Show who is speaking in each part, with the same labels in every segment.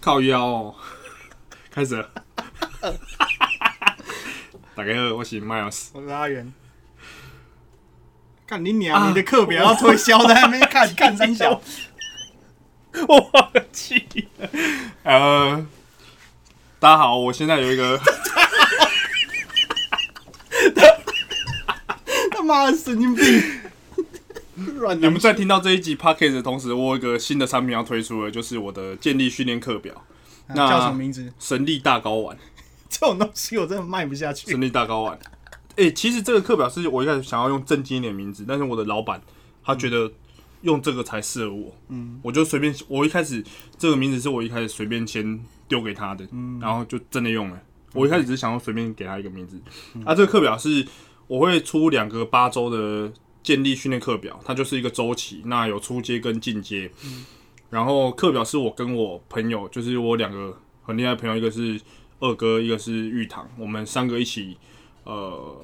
Speaker 1: 靠腰、哦， 开始了。 大家好，我是 Miles。
Speaker 2: 我是阿元。看你娘！
Speaker 1: 啊
Speaker 2: 你的课表要推销， 在那边看看三小。
Speaker 1: 我忘记了。呃，大家好，我现在有一个，
Speaker 2: 他妈的神经 病！乱
Speaker 1: 你
Speaker 2: 的
Speaker 1: 们在听到这一集 Podcast 的同时，我有一个新的产品要推出了，就是我的建立训练课表。那
Speaker 2: 啊叫什么名字？
Speaker 1: 神力大睾丸，
Speaker 2: 这种东西我真的卖不下去。
Speaker 1: 神力大睾丸。哎、其实这个课表是我一开始想要用正经一点名字，但是我的老板他觉得用这个才适合我，嗯，我就随便，我一开始这个名字是我一开始随便先丢给他的，嗯，然后就真的用了。我一开始只是想要随便给他一个名字，啊，这个课表是我会出两个八周的建立训练课表，它就是一个周期，那有初阶跟进阶，
Speaker 2: 嗯
Speaker 1: 然后课表是我跟我朋友，就是我两个很厉害的朋友，一个是二哥，一个是玉堂，我们三个一起呃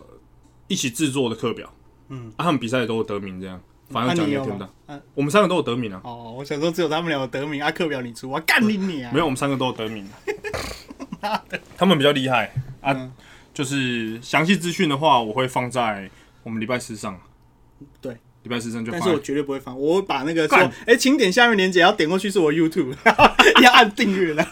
Speaker 1: 一起制作的课表，嗯，啊，他们比赛都有得名，这样，反正
Speaker 2: 那
Speaker 1: 讲
Speaker 2: 你
Speaker 1: 你也
Speaker 2: 有
Speaker 1: 听不到
Speaker 2: 吗？，啊
Speaker 1: 我们三个都有得名啊，
Speaker 2: 哦，我想说只有他们两个得名，啊，课表你出，我干你娘！
Speaker 1: 没有，我们三个都有得 名。啊他们比较厉害啊，
Speaker 2: 嗯
Speaker 1: 就是详细资讯的话，我会放在我们礼拜四上。
Speaker 2: 对，
Speaker 1: 礼拜四上就放
Speaker 2: 但
Speaker 1: 在。
Speaker 2: 是我绝对不会放，我会把那个说
Speaker 1: 干，
Speaker 2: 哎，请点下面链接，要点过去是我 YouTube，然 后要按订 阅了。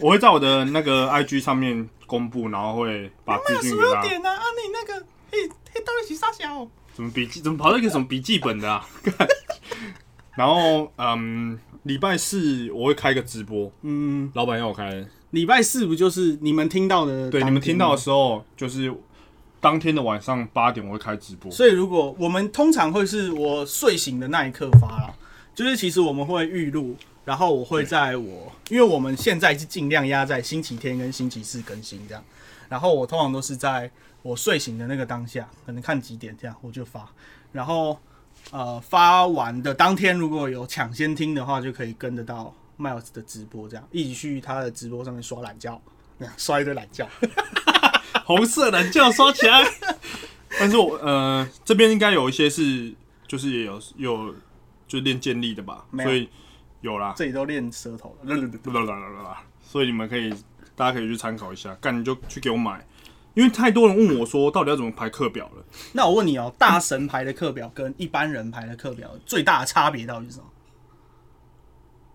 Speaker 1: 我会在我的那个 IG 上面公布，然后会把
Speaker 2: 没
Speaker 1: 资
Speaker 2: 有
Speaker 1: 讯
Speaker 2: 什
Speaker 1: 给
Speaker 2: 么要
Speaker 1: 大家。
Speaker 2: 点啊？啊，你那个，嘿，嘿，到底是啥小？
Speaker 1: 什么笔记？怎么跑到一个什么笔记本的啊？ 干然后嗯，礼拜四我会开个直播，
Speaker 2: 嗯。
Speaker 1: 老板要我开的。
Speaker 2: 礼拜四不就是你们听到的？
Speaker 1: 对，你们听到的。时候就是当天的晚上八点我会开直播。
Speaker 2: 所以如果我们通常会是我睡醒的那一刻发啦，就是其实我们会预录，然后我会在我，因为我们现在是尽量压在星期天跟星期四更新这样，然后我通常都是在我睡醒的那个当下，可能看几点这样我就发，然后呃发完的当天如果有抢先听的话，就可以跟得到 Miles 的直播这样，一起去他的直播上面刷懒觉， 那样刷一堆懒觉。啊
Speaker 1: 红色的就刷起来。 但是我呃这边应该有一些是就是也有有就练健力的吧，
Speaker 2: 没有
Speaker 1: 所以有啦，
Speaker 2: 这里都练舌头了。
Speaker 1: 啦啦啦啦啦， 所以你们可以大家可以去参考一下，干你就去给我买，因为太多人问我说到底要怎么排课表了。
Speaker 2: 那我问你哦，大神牌的课表跟一般人牌的课表最大的差别到底是什么？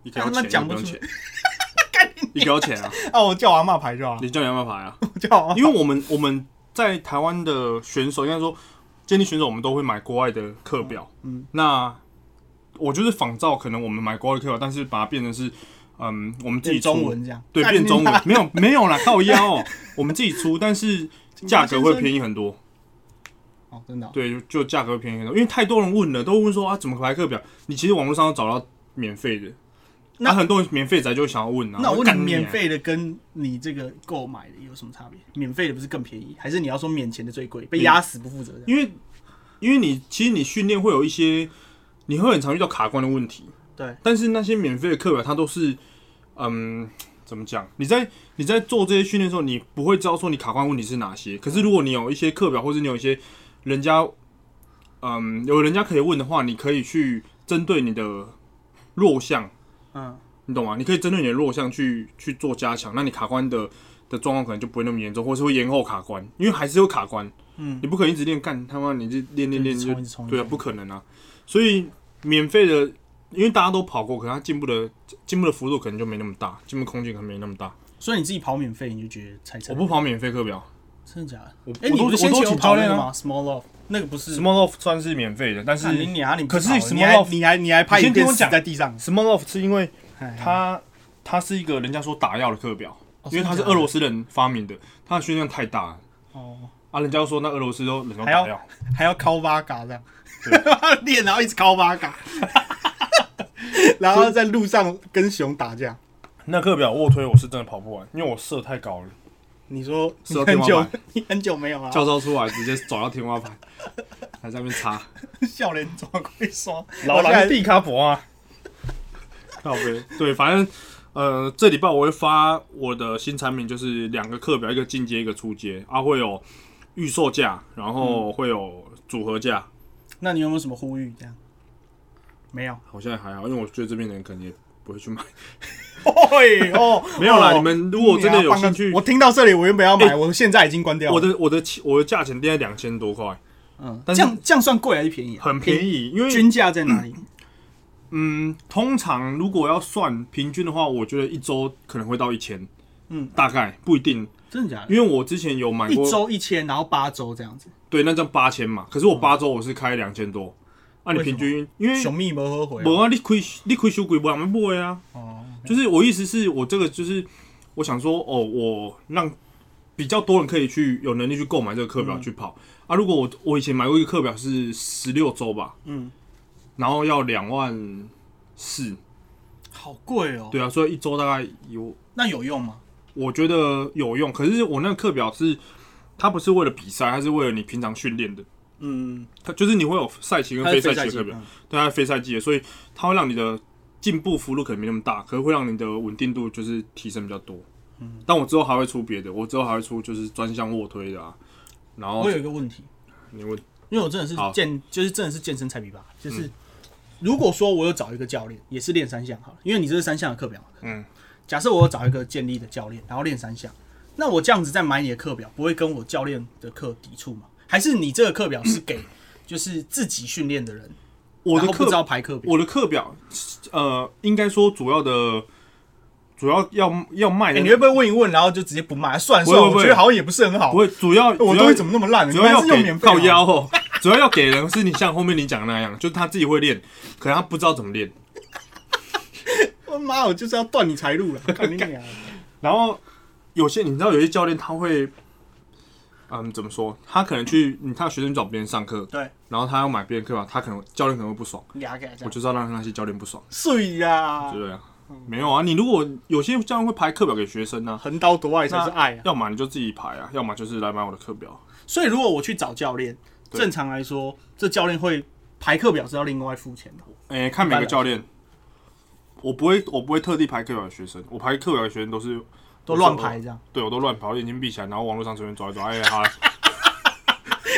Speaker 1: 一条
Speaker 2: 他
Speaker 1: 钱
Speaker 2: 妈讲不
Speaker 1: 用
Speaker 2: 出
Speaker 1: 钱，一条钱啊！
Speaker 2: 哦，我叫我阿妈牌就好了，
Speaker 1: 你叫你要不要排啊？
Speaker 2: 我叫我阿嬷
Speaker 1: 因为我们 我们在台湾的选手，应该说健力选手，我们都会买国外的课表。嗯，那我就是仿照可能我们买国外的课表，但是把它变成是，嗯，我们自己
Speaker 2: 变
Speaker 1: 出
Speaker 2: 中，文这样，
Speaker 1: 对，
Speaker 2: 干
Speaker 1: 变中
Speaker 2: 你
Speaker 1: 文
Speaker 2: 妈，
Speaker 1: 没有没有啦，靠腰、 哦，我们自己出，但是价格会便宜很多。
Speaker 2: 哦，真的哦、
Speaker 1: 对，就就价格会便宜很多，因为太多人问了，都问说啊，怎么排课表？你其实网络上都找到免费的，
Speaker 2: 那
Speaker 1: 那、很多人免费仔就想要问啊。
Speaker 2: 那我问
Speaker 1: 干
Speaker 2: 你，
Speaker 1: 啊
Speaker 2: 免费的跟你这个购买的有什么差别？免费的不是更便宜，还是你要说免钱的最贵，被压死不负责任？
Speaker 1: 因为因为你其实你训练会有一些，你会很常遇到卡关的问题。
Speaker 2: 对，
Speaker 1: 但是那些免费的课表，它都是嗯，怎么讲？你在你在做这些训练的时候，你不会知道说你卡关问题是哪些。可是如果你有一些课表，或者你有一些人家嗯有人家可以问的话，你可以去针对你的弱项，
Speaker 2: 嗯，
Speaker 1: 你懂吗？你可以针对你的弱项去去做加强，那你卡关的的状况可能就不会那么严重，或是会延后卡关，因为还是有卡关。
Speaker 2: 嗯，
Speaker 1: 你不可能一直练干，他妈你就练练练
Speaker 2: 就
Speaker 1: 就
Speaker 2: 一直冲一直冲
Speaker 1: 对
Speaker 2: 一
Speaker 1: 啊，
Speaker 2: 直冲
Speaker 1: 不可能啊。所以免费的，因为大家都跑过，可能他进步的进步的幅度可能就没那么大，进步空间可能没那么大。
Speaker 2: 所以你自己跑免费，你就觉得猜猜
Speaker 1: 我，不跑免费课表
Speaker 2: 真的假的？
Speaker 1: 我我
Speaker 2: 哎、你
Speaker 1: 都
Speaker 2: 不是先
Speaker 1: 我都
Speaker 2: 前有
Speaker 1: 请
Speaker 2: 跑
Speaker 1: 教
Speaker 2: 那
Speaker 1: 练
Speaker 2: 个
Speaker 1: 啊
Speaker 2: 吗？Small Love 那个不是？啊
Speaker 1: ，Small Off 算是免费的，但是
Speaker 2: 干你娘！你不
Speaker 1: 可是
Speaker 2: 跑
Speaker 1: Small
Speaker 2: 你还
Speaker 1: Love-
Speaker 2: 你还你还拍
Speaker 1: 你先
Speaker 2: 影片
Speaker 1: 听我
Speaker 2: 死
Speaker 1: 讲
Speaker 2: 在地上，
Speaker 1: Small Off 是因为
Speaker 2: 哎
Speaker 1: 它它是一个人家说打药的课表，因为它是
Speaker 2: 真的假的
Speaker 1: 俄罗斯人发明的，它的训练量太大了
Speaker 2: 哦。
Speaker 1: 啊，人家都说那俄罗斯都人家
Speaker 2: 还要
Speaker 1: 打药。
Speaker 2: 还要敲巴嘎这样， 练然后一直敲巴 嘎，然后在路上跟熊打架。
Speaker 1: 那课表卧推我是真的跑不完，因为我射太高了，
Speaker 2: 你说
Speaker 1: 射
Speaker 2: 你
Speaker 1: 到
Speaker 2: 很
Speaker 1: 天花
Speaker 2: 久
Speaker 1: 板，
Speaker 2: 你很久没有啊？
Speaker 1: 教招出来直接走到天花板， 还在那边擦。
Speaker 2: 笑脸抓会刷，
Speaker 1: 老
Speaker 2: 我现在
Speaker 1: 狼地卡博啊，靠背对，反正呃，这礼拜我会发我的新产品，就是两个课表，一个进阶，一个初阶，啊，会有预售价，然后会有组合价。
Speaker 2: 那你有没有什么呼吁？这样没有，
Speaker 1: 好像还好，因为我觉得这边的人可能也不会去买，
Speaker 2: 嘿哦，
Speaker 1: 没有啦
Speaker 2: 哦
Speaker 1: 你们如果真的有
Speaker 2: 你要啊
Speaker 1: 兴趣
Speaker 2: 帮我听到这里，我原本要
Speaker 1: 哎
Speaker 2: 买，我现在已经关掉了。
Speaker 1: 我的我的起我的价钱定在两千多块，
Speaker 2: 嗯，
Speaker 1: 但
Speaker 2: 这
Speaker 1: 是
Speaker 2: 样这样算贵还是便宜啊？
Speaker 1: 很便宜，因为
Speaker 2: 均价在哪里？
Speaker 1: 嗯，通常如果要算平均的话，我觉得一周可能会到一千，
Speaker 2: 嗯，
Speaker 1: 大概不一定，
Speaker 2: 真的假的？
Speaker 1: 因为我之前有买
Speaker 2: 一
Speaker 1: 过，
Speaker 2: 周一千，然后八周这样子。
Speaker 1: 对，那这样八千嘛，可是我八周我是开两千多，按、你
Speaker 2: 为什
Speaker 1: 平
Speaker 2: 么
Speaker 1: 均，因嗯为
Speaker 2: 熊蜜没后悔啊。
Speaker 1: 无啊，你亏你亏收鬼不人不会啊，
Speaker 2: 哦，
Speaker 1: 就是我意思是我这个就是我想说哦，我让比较多人可以去有能力去购买这个课表
Speaker 2: 嗯
Speaker 1: 去跑、啊。如果我我以前买过一个课表是十六周吧，
Speaker 2: 嗯，
Speaker 1: 然后要两万四，
Speaker 2: 好贵哦。
Speaker 1: 对啊，所以一周大概有
Speaker 2: 那有用吗？
Speaker 1: 我觉得有用，可是我那个课表是它不是为了比赛，它是为了你平常训练的，
Speaker 2: 嗯，
Speaker 1: 它就是你会有赛期跟
Speaker 2: 它
Speaker 1: 非
Speaker 2: 是
Speaker 1: 赛
Speaker 2: 非
Speaker 1: 期
Speaker 2: 赛
Speaker 1: 的
Speaker 2: 季
Speaker 1: 课表。
Speaker 2: 嗯
Speaker 1: 对，它是非赛季的，所以它会让你的进步幅度可能没那么大，可是会让你的稳定度就是提升比较多。嗯，但我之后还会出别的，我之后还会出就是专项卧推的啊。然后
Speaker 2: 我有一个问题，
Speaker 1: 你问，
Speaker 2: 因为我真的是
Speaker 1: 好嗯
Speaker 2: 健，就是真的是健身菜比吧，就是、如果说我有找一个教练，也是练三项好了，因为你这是三项的课表嘛。
Speaker 1: 嗯，
Speaker 2: 假设我有找一个健力的教练，然后练三项，那我这样子再买你的课表，不会跟我教练的课抵触吗？还是你这个课表是给就是自己训练的人，
Speaker 1: 嗯我的
Speaker 2: 然后不知
Speaker 1: 课
Speaker 2: 道排课表？
Speaker 1: 我的课表，呃，应该说主要的主要要要卖
Speaker 2: 哎、
Speaker 1: 的，
Speaker 2: 你会不会问一问，然后就直接不买？算了
Speaker 1: 不会
Speaker 2: 算了，
Speaker 1: 不会
Speaker 2: 我觉得好像也不是很好
Speaker 1: 不。会主要
Speaker 2: 我
Speaker 1: 主
Speaker 2: 东
Speaker 1: 要
Speaker 2: 西怎么那么烂？
Speaker 1: 主要要
Speaker 2: 你们还是用
Speaker 1: 给
Speaker 2: 免费好啊
Speaker 1: 靠
Speaker 2: 了
Speaker 1: 腰哦，主要要给人是你像后面你讲的那样，就是他自己会练，可能他不知道怎么练。
Speaker 2: 我妈，我就是要断你财路了，看你俩。
Speaker 1: 然后有些你知道，有些教练他会，嗯，怎么说？他可能去你看学生去找别人上课，
Speaker 2: 对，
Speaker 1: 然后他要买别人课表，他可能教练可能会不爽，
Speaker 2: 俩给他
Speaker 1: 我
Speaker 2: 讲，
Speaker 1: 就是要让那些教练不爽，
Speaker 2: 睡呀
Speaker 1: 对，不对啊？没有啊，你如果有些教练会排课表给学生啊，
Speaker 2: 横刀夺爱才是爱啊。
Speaker 1: 要么你就自己排啊，要么就是来买我的课表。
Speaker 2: 所以如果我去找教练，
Speaker 1: 对
Speaker 2: 正常来说，这教练会排课表是要另外付钱的。
Speaker 1: 诶、看每个教练，我不会，我不会特地排课表给学生，我排课表给学生都是
Speaker 2: 都乱排这样，
Speaker 1: 对我都乱排，我眼睛闭起来，然后网络上随便抓一抓，哎、好了，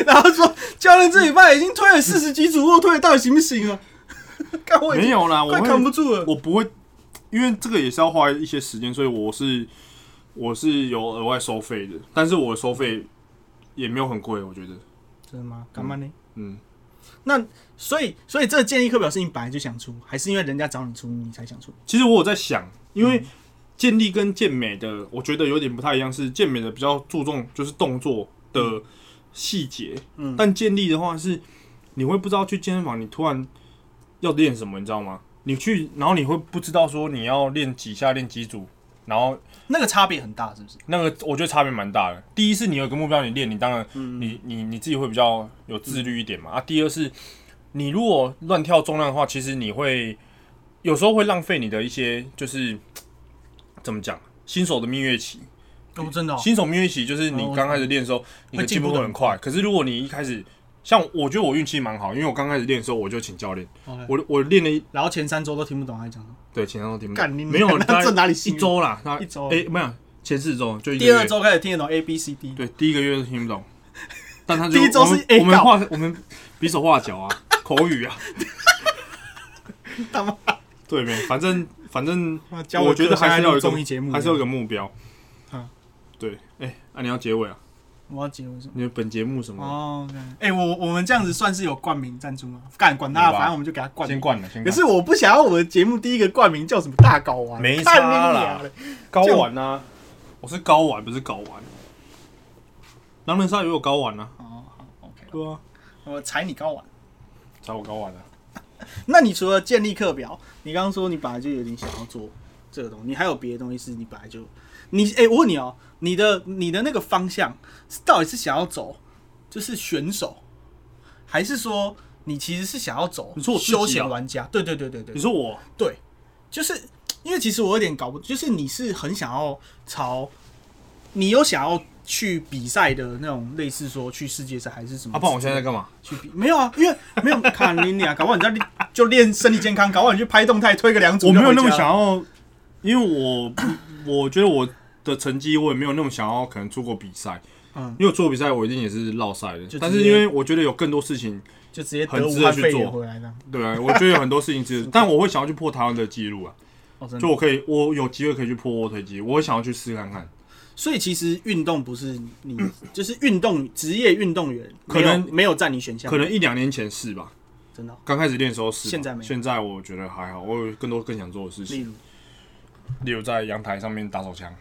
Speaker 2: 然后说教练这礼拜已经推了四十几组卧推，到底行不行啊？ 看 我已
Speaker 1: 没
Speaker 2: 经
Speaker 1: 有啦，我
Speaker 2: 快
Speaker 1: 会
Speaker 2: 扛不住了。
Speaker 1: 我不会，因为这个也是要花一些时间，所以我是我是有额外收费的，但是我的收费也没有很贵，我觉得，
Speaker 2: 真的吗？干嘛呢？
Speaker 1: 嗯，
Speaker 2: 那所以所以这个建议课表是你本来就想出，还是因为人家找你出你才想出？
Speaker 1: 其实我有在想，因为健力跟健美的，我觉得有点不太一样，是健美的比较注重就是动作的细节，
Speaker 2: 嗯
Speaker 1: 但健力的话是你会不知道去健身房，你突然要练什么，你知道吗？你去，然后你会不知道说你要练几下，练几组，然后
Speaker 2: 那个差别很大，是不是？
Speaker 1: 那个我觉得差别蛮大的。第一是你有个目标，你练，你当然
Speaker 2: 嗯
Speaker 1: 你你你自己会比较有自律一点嘛。啊，第二是你如果乱跳重量的话，其实你会有时候会浪费你的一些就是怎么讲，新手的蜜月期。
Speaker 2: 哦，真的、哦，
Speaker 1: 新手蜜月期就是你刚开始练的时候，你的进步会很快。可是如果你一开始像我觉得我运气蛮好，因为我刚开始练的时候我就请教练，
Speaker 2: OK
Speaker 1: 我我练了一
Speaker 2: 然后前三周都听不懂他在讲什么。
Speaker 1: 对前三周听不懂
Speaker 2: 干你
Speaker 1: 没有
Speaker 2: 娘
Speaker 1: 大概
Speaker 2: 这哪里
Speaker 1: 一
Speaker 2: 幸运
Speaker 1: 周啦，那
Speaker 2: 一周
Speaker 1: 哎没有前四周就一个
Speaker 2: 第
Speaker 1: 月
Speaker 2: 二周开始听得懂 A B C D，
Speaker 1: 对，第一个月都听 不懂，但他就
Speaker 2: 第一周
Speaker 1: 我们
Speaker 2: 是 A
Speaker 1: 我们
Speaker 2: 稿
Speaker 1: 画我们比手画脚 啊，口语啊，
Speaker 2: 他妈
Speaker 1: 对没？反正反正，
Speaker 2: 教
Speaker 1: 我觉得还是要有一个
Speaker 2: 综艺节目，
Speaker 1: 还是要有一个目标。
Speaker 2: 嗯
Speaker 1: 对，哎、啊，你要结尾啊？
Speaker 2: 我要结婚什么？
Speaker 1: 你的本节目什么
Speaker 2: 哦，哎、我我们这样子算是有冠名赞助吗？干管他，
Speaker 1: 有吧
Speaker 2: 反正我们就给他
Speaker 1: 的？
Speaker 2: 冠
Speaker 1: 先啊
Speaker 2: 名。
Speaker 1: 灌了，先
Speaker 2: 哦可
Speaker 1: 灌。
Speaker 2: 是我不想要我的节目第一个冠名叫什么大睾丸，
Speaker 1: 没
Speaker 2: 看
Speaker 1: 差
Speaker 2: 你
Speaker 1: 啦
Speaker 2: 俩嘞
Speaker 1: 高玩啊，我是高玩，不是睾丸。狼人杀也有睾丸啊，
Speaker 2: 哦好，OK，
Speaker 1: 对啊，
Speaker 2: 我踩你睾丸。
Speaker 1: 才有睾丸啊。
Speaker 2: 那你除了建立课表，你刚刚说你本来就有点想要做这个东西，你还有别的东西是你本来就你哎、我问你哦、你的你的那个方向是到底是想要走就是选手，还是说你其实是想要走
Speaker 1: 你说我自己啊
Speaker 2: 休闲玩家？对对对对对
Speaker 1: 你，说我
Speaker 2: 对，就是因为其实我有点搞不，就是你是很想要朝你有想要去比赛的那种，类似说去世界赛还是什么？
Speaker 1: 啊，不然我现在在干嘛？
Speaker 2: 去比没有啊，因为没有看你俩，搞不好你在练就练身体健康，搞不好你去拍动态推个两组，
Speaker 1: 我没有那么想。要，因为我 我觉得我的成绩我也没有那么想要，可能出国比赛。
Speaker 2: 嗯
Speaker 1: 因为我出国比赛我一定也是落赛的
Speaker 2: 就直接，
Speaker 1: 但是因为我觉得有更多事情，
Speaker 2: 就直接
Speaker 1: 很
Speaker 2: 得武
Speaker 1: 值得
Speaker 2: 汉
Speaker 1: 去
Speaker 2: 肺
Speaker 1: 做
Speaker 2: 炎回来的。
Speaker 1: 对啊，我觉得有很多事情是，但我会想要去破台湾的记录啊。
Speaker 2: 哦，真
Speaker 1: 就
Speaker 2: 的。
Speaker 1: 我可以，我有机会可以去破卧推机，我也想要去试看看。
Speaker 2: 所以其实运动不是你，就是运动职业运动员没
Speaker 1: 可
Speaker 2: 有
Speaker 1: 能
Speaker 2: 没有占你选项，
Speaker 1: 可能一两年前是吧，
Speaker 2: 真的哦。
Speaker 1: 刚开始练的时候是吧。
Speaker 2: 现在没有
Speaker 1: 现在我觉得还好，我有更多更想做的事
Speaker 2: 例
Speaker 1: 情，
Speaker 2: 如，
Speaker 1: 例如在阳台上面打手枪。